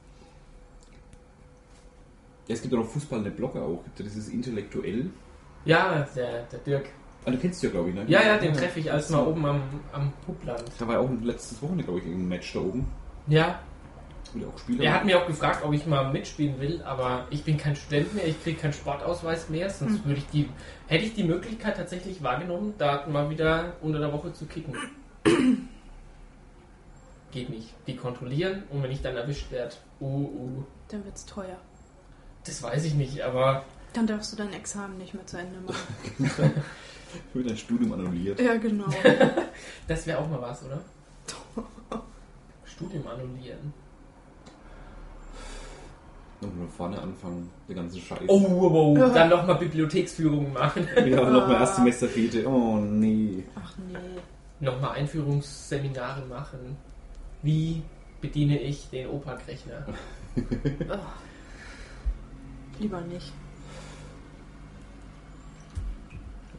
Speaker 2: Ja, es gibt ja noch Fußball, der Blogger auch. Gibt ja dieses intellektuell.
Speaker 1: Ja, der, der Dirk.
Speaker 2: Ah, du kennst du ja, glaube ich, ne?
Speaker 1: Ja, ja, den treffe ich als mal oben am, am Hubland.
Speaker 2: Da war ja auch letztes Wochenende, glaube ich, irgendein Match da oben.
Speaker 1: Ja,
Speaker 2: Wo der auch Spieler
Speaker 1: er hat mich auch gefragt, ob ich mal mitspielen will, aber ich bin kein Student mehr, ich kriege keinen Sportausweis mehr, sonst würde ich die, hätte ich die Möglichkeit tatsächlich wahrgenommen, da mal wieder unter der Woche zu kicken. Geht nicht. Die kontrollieren und wenn ich dann erwischt werde, uh, uh,
Speaker 3: dann wird's teuer.
Speaker 1: das weiß ich nicht, aber
Speaker 3: Dann darfst du dein Examen nicht mehr zu Ende machen.
Speaker 2: für dein Studium annulliert.
Speaker 3: ja, genau.
Speaker 1: das wäre auch mal was, oder? Studium annullieren.
Speaker 2: Noch mal vorne anfangen, der ganze Scheiß.
Speaker 1: Oh, wow, wow. dann nochmal Bibliotheksführungen machen.
Speaker 2: Wir haben noch mal Erstsemesterfete. Oh, nee.
Speaker 3: Ach nee.
Speaker 1: nochmal Einführungseminare machen, wie bediene ich den OPAC-Rechner.
Speaker 3: Ugh. Lieber nicht.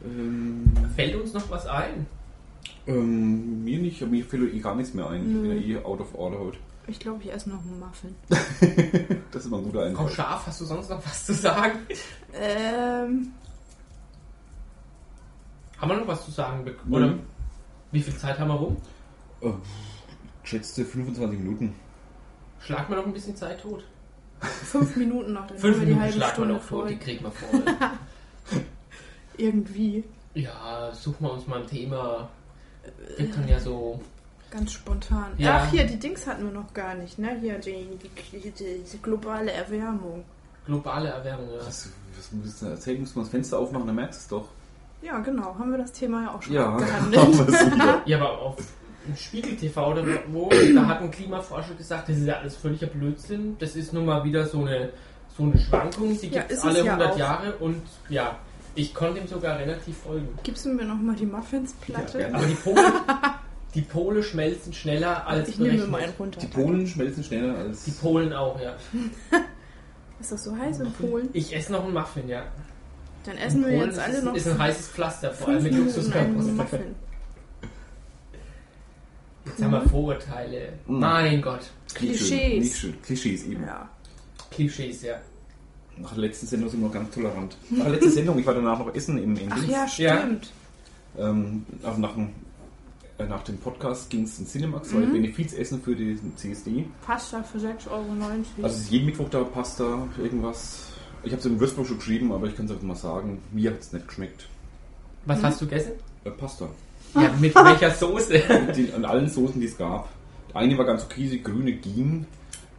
Speaker 2: Ähm,
Speaker 1: Fällt uns noch was ein?
Speaker 2: ähm, mir nicht, aber mir fällt eh gar nichts mehr ein. Ich bin
Speaker 1: Mhm.
Speaker 2: ja eh out of order heute.
Speaker 3: Ich glaube, ich esse noch einen Muffin.
Speaker 2: Das ist mal ein guter
Speaker 1: Frau
Speaker 2: Eindruck.
Speaker 1: Scharf, hast du sonst noch was zu sagen?
Speaker 3: Ähm,
Speaker 1: Haben wir noch was zu sagen? Be- Oder
Speaker 2: Mhm.
Speaker 1: wie viel Zeit haben wir rum?
Speaker 2: Äh, schätzte 25 Minuten.
Speaker 1: Schlag mir noch ein bisschen Zeit tot.
Speaker 3: fünf Minuten noch, dann
Speaker 1: Fünf
Speaker 3: haben wir die
Speaker 1: Minuten
Speaker 3: halbe
Speaker 1: schlag mal
Speaker 3: Stunde
Speaker 1: noch tot,
Speaker 3: voll.
Speaker 1: die kriegen wir voll.
Speaker 3: Irgendwie.
Speaker 1: ja, suchen wir uns mal ein Thema. Gibt dann ja so.
Speaker 3: Ganz spontan.
Speaker 1: Ja.
Speaker 3: Ach, hier, die Dings hatten wir noch gar nicht, ne? Hier, die, die, die, die globale Erwärmung.
Speaker 1: Globale Erwärmung. Ja.
Speaker 2: Was, Also, was muss ich erzählen? Muss man das Fenster aufmachen, dann merkst du es doch.
Speaker 3: Ja, genau. Haben wir das Thema ja auch schon
Speaker 2: Ja, haben
Speaker 3: abgehandelt.
Speaker 2: wir es wieder.
Speaker 1: ja, aber auf im Spiegel TV oder wo, da hat ein Klimaforscher gesagt, das ist ja alles völliger Blödsinn. Das ist nun mal wieder so eine, so eine Schwankung, die
Speaker 3: Ja,
Speaker 1: gibt
Speaker 3: ist
Speaker 1: es
Speaker 3: es
Speaker 1: alle
Speaker 3: ja
Speaker 1: 100
Speaker 3: auch.
Speaker 1: Jahre und ja, ich konnte ihm sogar relativ folgen.
Speaker 3: Gibst du mir nochmal die Muffinsplatte?
Speaker 2: Ja, gerne.
Speaker 1: Aber die Pole, die Pole schmelzen schneller als
Speaker 3: ich nehme
Speaker 1: berechnet.
Speaker 3: mal einen runter.
Speaker 2: Die Polen schmelzen schneller als.
Speaker 1: Die Polen auch, ja.
Speaker 3: Ist das so heiß in Polen?
Speaker 1: Ich esse noch einen Muffin, ja.
Speaker 3: Dann essen wir
Speaker 1: Polen
Speaker 3: jetzt
Speaker 1: ist-
Speaker 3: alle noch
Speaker 1: Ist ein heißes Pflaster, vor allem
Speaker 3: fünf
Speaker 1: mit
Speaker 3: Minuten einen
Speaker 1: Luxuskarpfen.
Speaker 3: Muffin.
Speaker 1: Jetzt haben wir Vorurteile.
Speaker 2: Mhm.
Speaker 1: Mein Gott.
Speaker 2: Nicht schön,
Speaker 3: Klischees.
Speaker 2: Nicht schön. Klischees eben.
Speaker 3: Ja.
Speaker 1: Klischees, ja.
Speaker 2: Nach der letzten Sendung sind wir noch ganz tolerant. Nach der letzten Sendung, ich war danach noch essen im im
Speaker 3: Ach
Speaker 2: Dings.
Speaker 3: ja, stimmt.
Speaker 2: Ähm, also nach dem, äh, nach dem Podcast ging es in Cinemax,
Speaker 3: Mhm.
Speaker 2: weil Benefizessen für den CSD.
Speaker 3: Pasta für 6,90 Euro.
Speaker 2: Also es ist jeden Mittwoch da Pasta, irgendwas. Ich habe es in Würzburg schon geschrieben, aber ich kann es einfach mal sagen, mir hat es nicht geschmeckt.
Speaker 3: Mhm.
Speaker 1: Was hast du gegessen?
Speaker 2: Äh, Pasta.
Speaker 1: Ja, mit welcher Soße?
Speaker 2: Mit den, an allen Soßen, die es gab. Die eine war ganz okay, die grüne ging.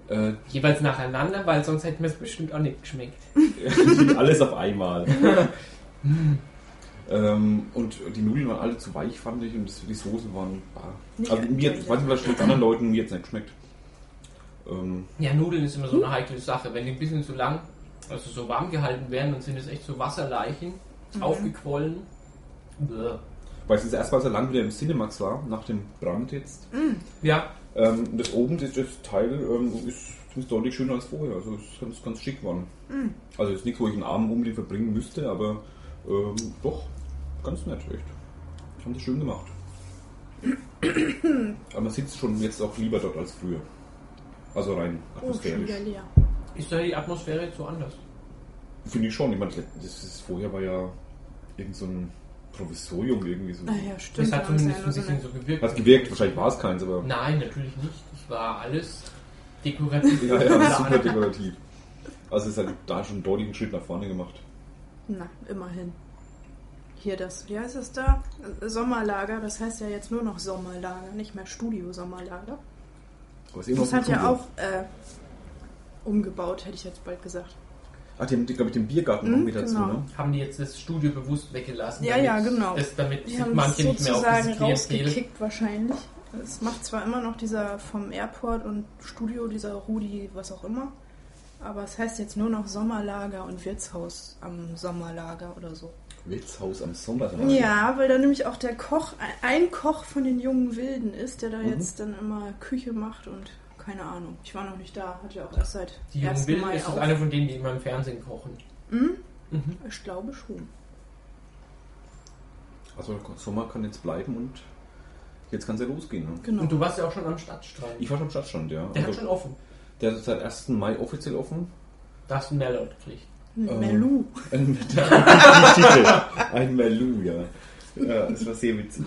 Speaker 2: Äh,
Speaker 1: Jeweils nacheinander, weil sonst hätten wir es bestimmt auch nicht geschmeckt.
Speaker 2: alles auf einmal. ähm, und die Nudeln waren alle zu weich, fand ich, und die Soßen waren. Bah.
Speaker 3: Nicht
Speaker 2: Also mir,
Speaker 3: eigentlich.
Speaker 2: ich weiß nicht, was schmeckt anderen Leuten, mir jetzt nicht geschmeckt. Ähm,
Speaker 1: Ja, Nudeln ist immer so eine heikle Sache. Wenn die ein bisschen zu lang, also so warm gehalten werden, dann sind es echt so Wasserleichen,
Speaker 3: Mhm.
Speaker 1: aufgequollen. Bäh.
Speaker 2: weil es ist erst mal so lang wieder im Cinemax war, nach dem Brand jetzt.
Speaker 1: Ja,
Speaker 2: Ähm, und das oben, das, das Teil, ähm, ist, ist deutlich schöner als vorher. Also es ist ganz, ganz schick geworden.
Speaker 3: Mhm.
Speaker 2: Also jetzt nichts, wo ich einen Abend unbedingt verbringen müsste, aber ähm, doch, ganz nett, echt. Haben sie schön gemacht. aber man sitzt schon jetzt auch lieber dort als früher. Also rein
Speaker 3: oh, schon
Speaker 2: atmosphärisch.
Speaker 3: wieder leer.
Speaker 1: ist da die Atmosphäre jetzt so anders?
Speaker 2: Finde ich schon. Ich meine, das ist, vorher war ja irgend so ein Provisorium irgendwie so.
Speaker 3: Ah ja, stimmt.
Speaker 1: Das hat
Speaker 3: da haben sie
Speaker 1: zumindest
Speaker 3: ja
Speaker 1: ein bisschen
Speaker 3: nur so eine-
Speaker 1: so gewirkt.
Speaker 2: Hat gewirkt, wahrscheinlich war es keins, aber
Speaker 1: Nein, natürlich nicht. Es war alles dekorativ.
Speaker 2: ja, ja, super dekorativ. Also es hat da schon einen deutlichen Schritt nach vorne gemacht.
Speaker 3: Na, immerhin. Hier das, wie heißt es da? Äh, Sommerlager, das heißt ja jetzt nur noch Sommerlager, nicht mehr Studio-Sommerlager.
Speaker 2: Aber es ist immer
Speaker 3: Das
Speaker 2: eh noch
Speaker 3: hat
Speaker 2: ein
Speaker 3: ja
Speaker 2: Studio.
Speaker 3: auch äh, umgebaut, hätte ich jetzt bald gesagt.
Speaker 2: Ach, Ah, die haben, glaube ich, den Biergarten noch
Speaker 3: Mhm,
Speaker 2: mit dazu,
Speaker 3: genau.
Speaker 2: ne?
Speaker 1: Haben die jetzt das Studio bewusst weggelassen?
Speaker 3: Ja,
Speaker 1: damit-
Speaker 3: ja, genau.
Speaker 1: Das, damit
Speaker 3: Die haben es
Speaker 1: manche nicht mehr auf
Speaker 3: sozusagen
Speaker 1: diese Klientel.
Speaker 3: rausgekickt wahrscheinlich. Es macht zwar immer noch dieser vom Airport und Studio, dieser Rudi, was auch immer, aber es heißt jetzt nur noch Sommerlager und Wirtshaus am Sommerlager oder so.
Speaker 2: Wirtshaus am Sommer.
Speaker 3: Ja, weil da nämlich auch der Koch, ein Koch von den jungen Wilden ist, der da
Speaker 1: Mhm.
Speaker 3: jetzt dann immer Küche macht und keine Ahnung. Ich war noch nicht da, hat ja auch erst seit
Speaker 1: Die jungen
Speaker 3: 1.
Speaker 1: Wilden
Speaker 3: Mai
Speaker 1: ist das
Speaker 3: auf.
Speaker 1: eine von denen, die immer im Fernsehen kochen.
Speaker 3: Ich glaube schon.
Speaker 2: Also Sommer kann jetzt bleiben und jetzt kann es ja losgehen. Ne?
Speaker 3: Genau.
Speaker 1: Und du warst ja auch schon am Stadtstrand.
Speaker 2: Ich war schon im Stadtstand, ja.
Speaker 1: Der hat
Speaker 2: Also,
Speaker 1: schon offen.
Speaker 2: der ist seit 1. Mai offiziell offen.
Speaker 1: Da hast du einen Mellow gekriegt.
Speaker 2: äh,
Speaker 3: Melu.
Speaker 2: Ein Titel. Ein Merlu, ja. Ja, das war sehr witzig.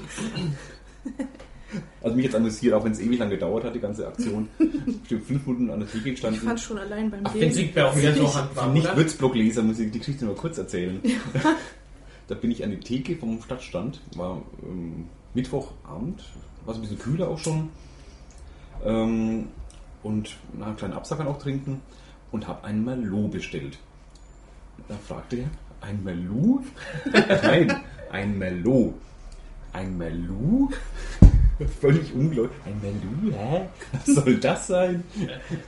Speaker 2: Also mich jetzt amüsiert, auch wenn es ewig lang gedauert hat, die ganze Aktion. Bestimmt fünf Minuten an der Theke
Speaker 3: Ich
Speaker 2: gestanden.
Speaker 3: fand schon allein beim
Speaker 1: also- Ach,
Speaker 3: Gehen.
Speaker 1: den sieht man auch wieder so
Speaker 2: Für
Speaker 1: handwarm,
Speaker 2: nicht
Speaker 1: oder?
Speaker 2: Würzburg-Leser muss ich die Geschichte nur kurz erzählen. da bin ich an die Theke vom Stadtstand, war ähm, Mittwochabend, war so ein bisschen kühler auch schon. Ähm, und na, einen kleinen Absacker noch trinken und habe einen Merlot bestellt. Da fragte er, ein Merlot? Nein, ein Merlot. Ein Merlot? Völlig ungläubig. Ein Merlot, hä? Was soll das sein?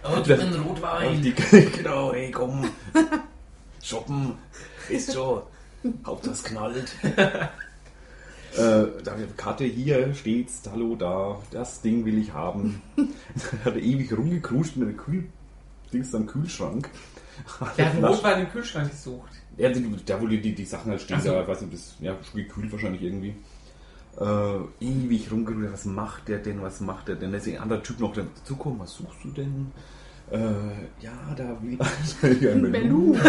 Speaker 1: Oh,
Speaker 2: Das-
Speaker 1: drin
Speaker 2: Auf
Speaker 1: Rotwein.
Speaker 2: die genau, hey, komm. Shoppen, ist schon. Hauptsache es knallt. Äh, da hab ich Karte hier stets, hallo da, das Ding will ich haben. hat er ewig rumgekruscht mit dem Kühl Dings am Kühlschrank. Hat
Speaker 1: Der hat einen
Speaker 2: Flaschen-
Speaker 1: Rotwein im Kühlschrank gesucht.
Speaker 2: ja, die, da wo die, die, die Sachen halt stehen,
Speaker 1: Ach so.
Speaker 2: da ich weiß nicht, das ja, schon gekühlt wahrscheinlich irgendwie. Äh, ewig rumgerührt, was macht der denn, was macht der denn? Da ist ein anderer Typ noch dazukommen, was suchst du denn? Äh, ja, da will ich ein Melou.
Speaker 3: Belu.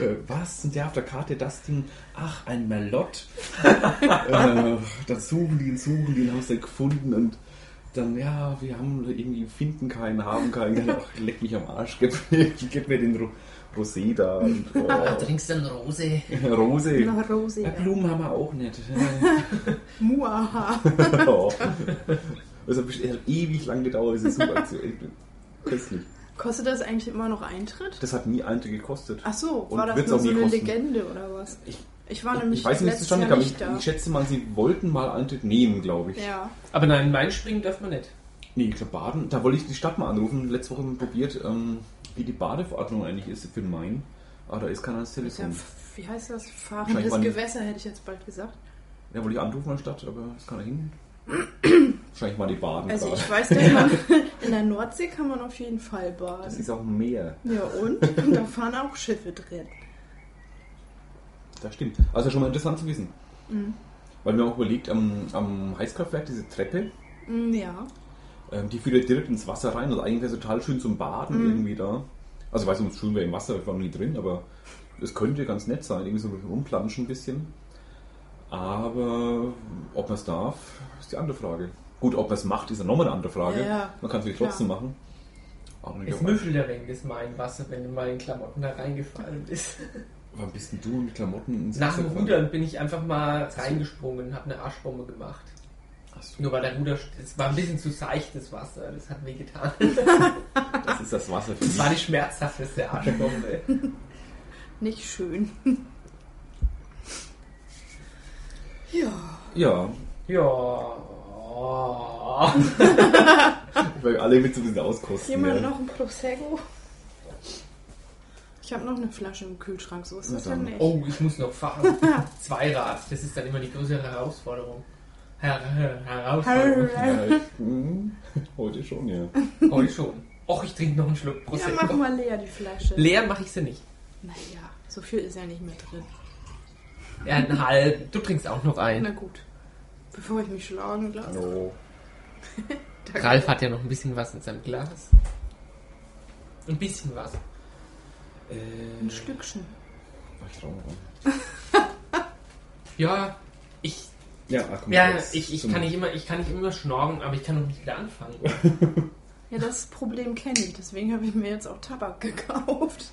Speaker 2: Äh, was? Und der auf der Karte das Ding? Ach, ein Melott. äh, dann suchen die ihn, suchen die ihn, haben es dann gefunden und dann, ja, wir haben irgendwie, finden keinen, haben keinen. Ach, leck mich am Arsch, gib, mir- gib mir den Ro Rosé da. Und, oh.
Speaker 1: Ah, trinkst du eine Rose?
Speaker 2: Rose.
Speaker 3: Nach Rose.
Speaker 2: Ja, Blumen haben wir auch nicht.
Speaker 3: Muaha.
Speaker 2: oh. Das hat bestimmt- hat Also, ewig lang gedauert, diese Suchaktion. Köstlich.
Speaker 3: Kostet das eigentlich immer noch Eintritt?
Speaker 2: Das hat nie Eintritt gekostet.
Speaker 3: Ach so,
Speaker 2: Und
Speaker 3: war das
Speaker 2: wird's
Speaker 3: nur
Speaker 2: auch
Speaker 3: so
Speaker 2: nie
Speaker 3: eine
Speaker 2: kosten.
Speaker 3: Legende oder was?
Speaker 2: Ich-
Speaker 3: Ich war
Speaker 2: Ich
Speaker 3: nämlich
Speaker 2: weiß nicht, wie es
Speaker 3: letztes
Speaker 2: zustande
Speaker 3: Jahr
Speaker 2: kam.
Speaker 3: nicht
Speaker 2: Ich,
Speaker 3: da.
Speaker 2: ich schätze mal, sie wollten mal Eintritt nehmen, glaube ich.
Speaker 3: ja,
Speaker 1: Aber nein, Main springen darf man nicht.
Speaker 2: Nee, ich glaube Baden. Da wollte ich die Stadt mal anrufen. Letzte Woche haben wir probiert, ähm, wie die Badeverordnung eigentlich ist für den Main. Aber da ist keiner ans
Speaker 3: ist ja,
Speaker 2: Telefon.
Speaker 3: f- wie heißt das?
Speaker 2: Wahrscheinlich
Speaker 3: Fahrendes
Speaker 2: waren die-
Speaker 3: Gewässer, hätte ich jetzt bald gesagt.
Speaker 2: Da wollte ich anrufen an der Stadt, aber ist keiner hin. Wahrscheinlich mal die Baden.
Speaker 3: Also
Speaker 2: gerade.
Speaker 3: ich weiß, dass man in der Nordsee kann man auf jeden Fall
Speaker 2: das
Speaker 3: baden.
Speaker 2: ist auch Meer.
Speaker 3: Ja und? Und da fahren auch Schiffe drin.
Speaker 2: Das stimmt. Also schon mal interessant zu wissen.
Speaker 3: Mhm.
Speaker 2: Weil wir haben auch überlegt, am, am Heizkraftwerk, diese Treppe,
Speaker 3: Mm, Ja.
Speaker 2: ähm, die führt ja direkt ins Wasser rein. Also eigentlich wäre es total schön zum Baden
Speaker 3: Mhm.
Speaker 2: irgendwie da. Also weiß nicht, ob es schön wäre im Wasser, ich war noch nie drin, aber es könnte ganz nett sein, irgendwie so ein bisschen rumplanschen ein bisschen. Aber ob man es darf, ist die andere Frage. Gut, ob man es macht, ist ja nochmal eine andere Frage.
Speaker 3: Ja, ja.
Speaker 2: Man kann es natürlich
Speaker 3: Klar.
Speaker 2: trotzdem machen. Aber nicht
Speaker 1: Es
Speaker 2: auf einmal.
Speaker 1: müffelt ja wegen des Mainwasser, wenn du mal in Klamotten da reingefallen bist.
Speaker 2: Wann bist denn du mit Klamotten ins
Speaker 1: Nach dem
Speaker 2: gefallen?
Speaker 1: Rudern bin ich einfach mal reingesprungen und habe eine Arschbombe gemacht.
Speaker 2: Ach so,
Speaker 1: Nur weil der Ruder, es war ein bisschen zu seichtes Wasser, das hat mir getan.
Speaker 2: das ist das Wasser für
Speaker 1: Das war
Speaker 2: mich.
Speaker 1: die schmerzhafteste Arschbombe.
Speaker 3: Nicht schön. ja.
Speaker 2: Ja,
Speaker 1: ja.
Speaker 2: Weil alle mit so ein bisschen auskosten.
Speaker 3: Jemand
Speaker 2: ja.
Speaker 3: noch ein Prosecco? Ich habe noch eine Flasche im Kühlschrank, so ist
Speaker 2: Na
Speaker 3: das dann
Speaker 2: dann.
Speaker 3: nicht.
Speaker 1: Oh, ich muss noch fahren. Zweirad, das ist dann immer die größere Herausforderung. Her her Herausforderung.
Speaker 2: Ja, ich, hm, heute schon, ja.
Speaker 1: Heute schon. Och, ich trinke noch einen Schluck
Speaker 3: Ja, mach
Speaker 1: Prosecco.
Speaker 3: mal leer die Flasche.
Speaker 1: Leer mache ich sie nicht.
Speaker 3: Naja, so viel ist ja nicht mehr drin.
Speaker 1: Ja, einen halben. Du trinkst auch noch
Speaker 3: Na
Speaker 1: einen.
Speaker 3: gut. Bevor ich mich schlagen lasse.
Speaker 2: Hallo.
Speaker 3: Danke.
Speaker 1: Ralf hat ja noch ein bisschen was in seinem Glas. Ein bisschen was.
Speaker 2: Äh,
Speaker 3: Ein Stückchen.
Speaker 2: ich trau mal.
Speaker 1: Ja, ich,
Speaker 2: Ja, ach, komm,
Speaker 1: ja,
Speaker 2: jetzt
Speaker 1: ich, ich,
Speaker 2: zum-
Speaker 1: kann nicht immer, ich kann nicht immer schnorren, aber ich kann noch nicht wieder anfangen.
Speaker 3: Ja, das Problem kenne ich. Deswegen habe ich mir jetzt auch Tabak gekauft.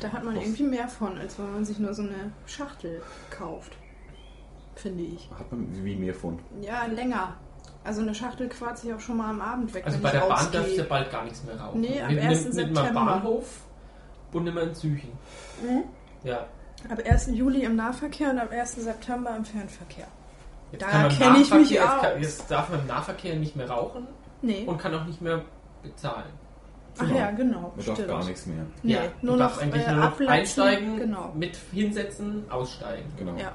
Speaker 3: Da hat man irgendwie mehr von, als wenn man sich nur so eine Schachtel kauft. Finde ich.
Speaker 2: Hat man wie mehr von?
Speaker 3: Ja, länger. Also eine Schachtel quarze ich auch schon mal am Abend weg.
Speaker 1: Also
Speaker 3: wenn
Speaker 1: bei
Speaker 3: ich
Speaker 1: der Bahn
Speaker 3: rausgehe.
Speaker 1: darfst du bald gar nichts mehr rauchen.
Speaker 3: Nee, am
Speaker 1: Wir-
Speaker 3: 1.
Speaker 1: nimmt- nimmt mal
Speaker 3: September. Mhm.
Speaker 1: Bahnhof und nimmer in Züchen. Ja.
Speaker 3: Ab 1. Juli im Nahverkehr und ab 1. September im Fernverkehr.
Speaker 1: Jetzt
Speaker 3: Da
Speaker 1: kann man im
Speaker 3: kenn ich mich
Speaker 1: Nahverkehr- jetzt,
Speaker 3: aus.
Speaker 1: kann, jetzt darf man im Nahverkehr nicht mehr rauchen
Speaker 3: Nee.
Speaker 1: und kann auch nicht mehr bezahlen.
Speaker 3: Ach ja, genau.
Speaker 2: Man darf gar nichts mehr.
Speaker 3: Nee,
Speaker 1: ja,
Speaker 3: nur
Speaker 1: du darfst
Speaker 3: noch,
Speaker 1: eigentlich
Speaker 3: äh,
Speaker 1: nur noch
Speaker 3: ablassen.
Speaker 1: einsteigen,
Speaker 3: Genau.
Speaker 1: mit hinsetzen, aussteigen.
Speaker 2: Genau.
Speaker 3: Ja.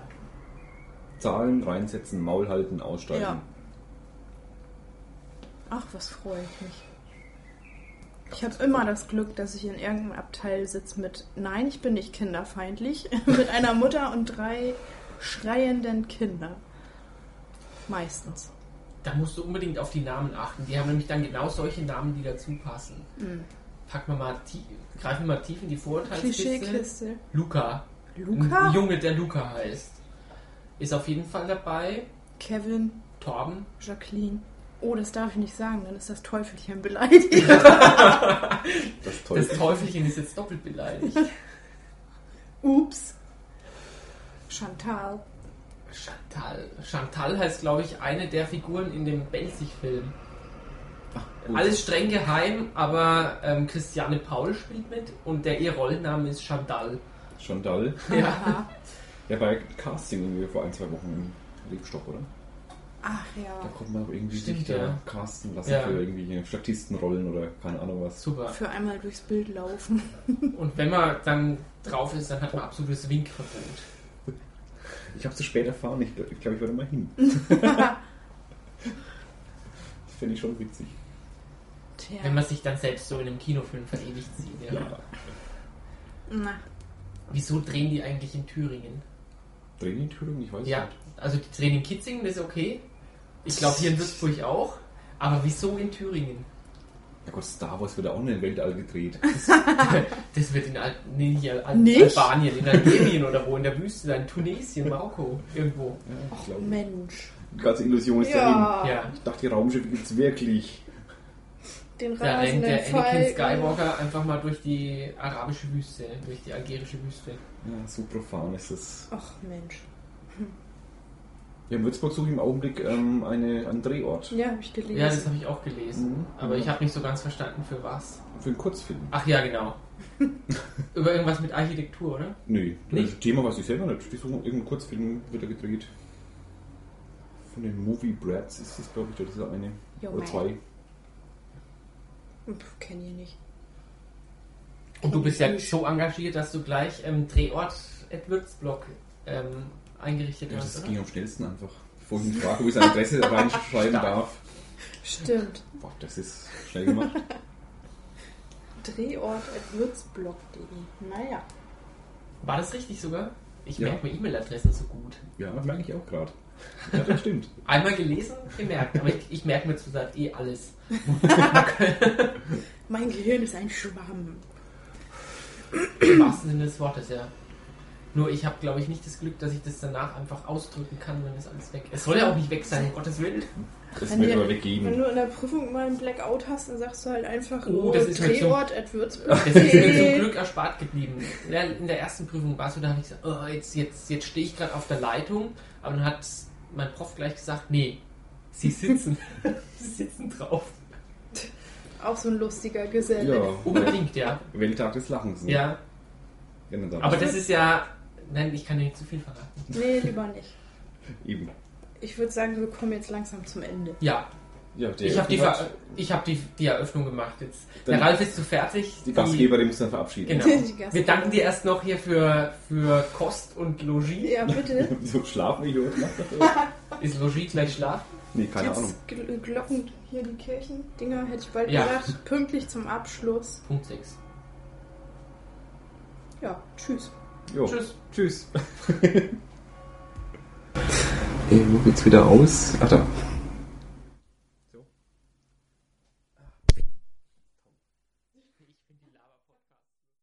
Speaker 2: Zahlen, reinsetzen, Maul halten, aussteigen.
Speaker 3: Ja. Ach, was freue ich mich. Ich habe immer das Glück, dass ich in irgendeinem Abteil sitze mit Nein, ich bin nicht kinderfeindlich, mit einer Mutter und drei schreienden Kindern. Meistens.
Speaker 1: Da musst du unbedingt auf die Namen achten. Die haben nämlich dann genau solche Namen, die dazu passen.
Speaker 3: Mhm.
Speaker 1: Packen wir mal tief, greifen wir mal tief in die Vorurteilskiste.
Speaker 3: Klischeekiste.
Speaker 1: Luca. Ein
Speaker 3: Luca?
Speaker 1: Junge, der Luca heißt. Ist auf jeden Fall dabei.
Speaker 3: Kevin,
Speaker 1: Torben.
Speaker 3: Jacqueline. Oh, das darf ich nicht sagen, dann ist das Teufelchen beleidigt.
Speaker 2: Das ist toll.
Speaker 1: Das Teufelchen ist jetzt doppelt beleidigt.
Speaker 3: Ups. Chantal.
Speaker 1: Chantal. Chantal heißt, glaube ich, eine der Figuren in dem Belzig-Film.
Speaker 2: Gut.
Speaker 1: Alles streng geheim, aber ähm, Christiane Paul spielt mit und der ihr Rollenname ist Chantal.
Speaker 2: Schon doll.
Speaker 1: Ja.
Speaker 3: Aha.
Speaker 2: Ja, bei Casting irgendwie vor ein, zwei Wochen im Lebstock, oder?
Speaker 3: Ach
Speaker 2: Da
Speaker 3: ja.
Speaker 2: konnte man auch irgendwie
Speaker 1: Stimmt,
Speaker 2: sich da
Speaker 1: ja.
Speaker 2: casten lassen
Speaker 1: Ja.
Speaker 2: für irgendwelche Statistenrollen oder keine Ahnung was.
Speaker 1: Super.
Speaker 3: Für einmal durchs Bild laufen.
Speaker 1: Und wenn man dann drauf ist, dann hat man absolutes Winkverbot.
Speaker 2: Ich habe zu spät erfahren. Ich glaube, ich, glaub, ich werde mal hin. das finde ich schon witzig.
Speaker 1: Wenn
Speaker 3: Tja.
Speaker 1: man sich dann selbst so in einem Kinofilm verewigt sieht. Ja.
Speaker 3: Na,
Speaker 1: Wieso drehen die eigentlich in Thüringen?
Speaker 2: Drehen in Thüringen? Ich weiß
Speaker 1: Ja,
Speaker 2: nicht.
Speaker 1: also die drehen in Kitzingen, das ist okay. Ich glaube hier in Würzburg auch. Aber wieso in Thüringen?
Speaker 2: Ja Gott, Star Wars wird auch in im Weltall gedreht.
Speaker 1: Das wird in Al nee, nicht Al Al
Speaker 3: Nicht?
Speaker 1: Albanien, in Algerien oder wo, in der Wüste sein. Tunesien, Marokko, irgendwo.
Speaker 2: Ja, ich glaube,
Speaker 3: Mensch.
Speaker 2: die ganze Illusion ist dahin.
Speaker 3: Ja.
Speaker 1: Ja.
Speaker 2: Ich dachte, die Raumschiffe gibt es wirklich.
Speaker 3: Den
Speaker 1: Da rennt
Speaker 3: rasenden
Speaker 1: der Anakin
Speaker 3: Fall.
Speaker 1: Skywalker einfach mal durch die arabische Wüste, durch die algerische Wüste.
Speaker 2: Ja, so profan ist es.
Speaker 3: Ach Mensch.
Speaker 2: Ja, in Würzburg suche ich im Augenblick ähm, eine, einen Drehort.
Speaker 3: Ja, habe ich gelesen.
Speaker 1: Ja, das habe ich auch gelesen.
Speaker 2: Mhm.
Speaker 1: Aber ich habe nicht so ganz verstanden, für was.
Speaker 2: Für einen Kurzfilm.
Speaker 1: Ach ja, genau. Über irgendwas mit Architektur, oder?
Speaker 2: Nö,
Speaker 1: Nicht?
Speaker 2: das Thema weiß ich selber nicht. Die suchen irgendeinen Kurzfilm, wird er gedreht. Von den Movie Brats ist das, glaube ich, das ist eine.
Speaker 3: Jo,
Speaker 2: Oder
Speaker 3: mei.
Speaker 2: zwei.
Speaker 3: Pff, kenn ich nicht.
Speaker 1: Und du bist ja so engagiert, dass du gleich ähm, Drehort Edwardsblock ähm, eingerichtet
Speaker 2: Ja,
Speaker 1: hast,
Speaker 2: das
Speaker 1: oder?
Speaker 2: ging am schnellsten einfach. Bevor ich ihn frage, ob ich seine Adresse reinschreiben
Speaker 1: Stark.
Speaker 2: darf.
Speaker 3: Stimmt.
Speaker 2: Boah, das ist schnell gemacht.
Speaker 3: Drehort at Würzblock.de. Naja.
Speaker 1: War das richtig sogar? Ich
Speaker 2: Ja.
Speaker 1: merke mir E-Mail-Adressen so gut.
Speaker 2: Ja, das merke ich auch gerade. Ja, das stimmt.
Speaker 1: Einmal gelesen, gemerkt. Aber ich, ich merke mir zurzeit eh alles.
Speaker 3: Mein Gehirn ist ein Schwamm.
Speaker 1: Im wahrsten Sinne des Wortes, ja. Nur ich habe, glaube ich, nicht das Glück, dass ich das danach einfach ausdrücken kann, wenn das alles weg ist. Es soll ja auch nicht weg sein, um Gottes Willen.
Speaker 2: Das wird
Speaker 3: dir-
Speaker 2: aber
Speaker 3: Wenn
Speaker 2: weggeben.
Speaker 3: du in der Prüfung mal einen Blackout hast, dann sagst du halt einfach
Speaker 1: Oh,
Speaker 3: nur
Speaker 1: das ist mir
Speaker 3: Drehort at Würzburg.
Speaker 1: Das ist mir zum Glück erspart geblieben. Ja, In der ersten Prüfung war es so, da habe ich gesagt, oh, jetzt, jetzt, jetzt stehe ich gerade auf der Leitung. Aber dann hat mein Prof gleich gesagt, nee, sie sitzen. sie sitzen drauf.
Speaker 3: Auch so ein lustiger Geselle.
Speaker 2: Ja,
Speaker 1: Unbedingt, ja.
Speaker 2: Welttag des Lachens. ne?
Speaker 1: ja.
Speaker 2: Wenn man sagt,
Speaker 1: Aber das ist ja... Nein, ich kann dir nicht zu viel verraten.
Speaker 3: Nee, lieber nicht.
Speaker 2: Eben.
Speaker 3: Ich würde sagen, wir kommen jetzt langsam zum Ende.
Speaker 1: Ja,
Speaker 2: Ja, der
Speaker 1: ich habe die, Ver
Speaker 2: Eröffnung hat-
Speaker 1: ich hab die, die Eröffnung gemacht jetzt.
Speaker 2: Dann-
Speaker 1: der Ralf ist so fertig.
Speaker 2: Die Gastgeberin muss dann verabschieden.
Speaker 1: Genau.
Speaker 3: Die Gastgeberin.
Speaker 1: Wir danken dir erst noch hier für, für Kost und Logis.
Speaker 3: Ja, bitte.
Speaker 1: Genau.
Speaker 2: So schlafen ich heute Nacht dafür?
Speaker 1: Ist Logis gleich Schlaf?
Speaker 2: Nee, keine Ahnung.
Speaker 3: Jetzt gl- Glocken hier die Kirchendinger, hätte ich bald
Speaker 1: Ja.
Speaker 3: gesagt. Pünktlich zum Abschluss.
Speaker 1: Punkt 6.
Speaker 3: Ja, tschüss.
Speaker 2: Jo.
Speaker 1: Tschüss.
Speaker 2: Tschüss. Ey, wo geht's wieder aus? Ach da.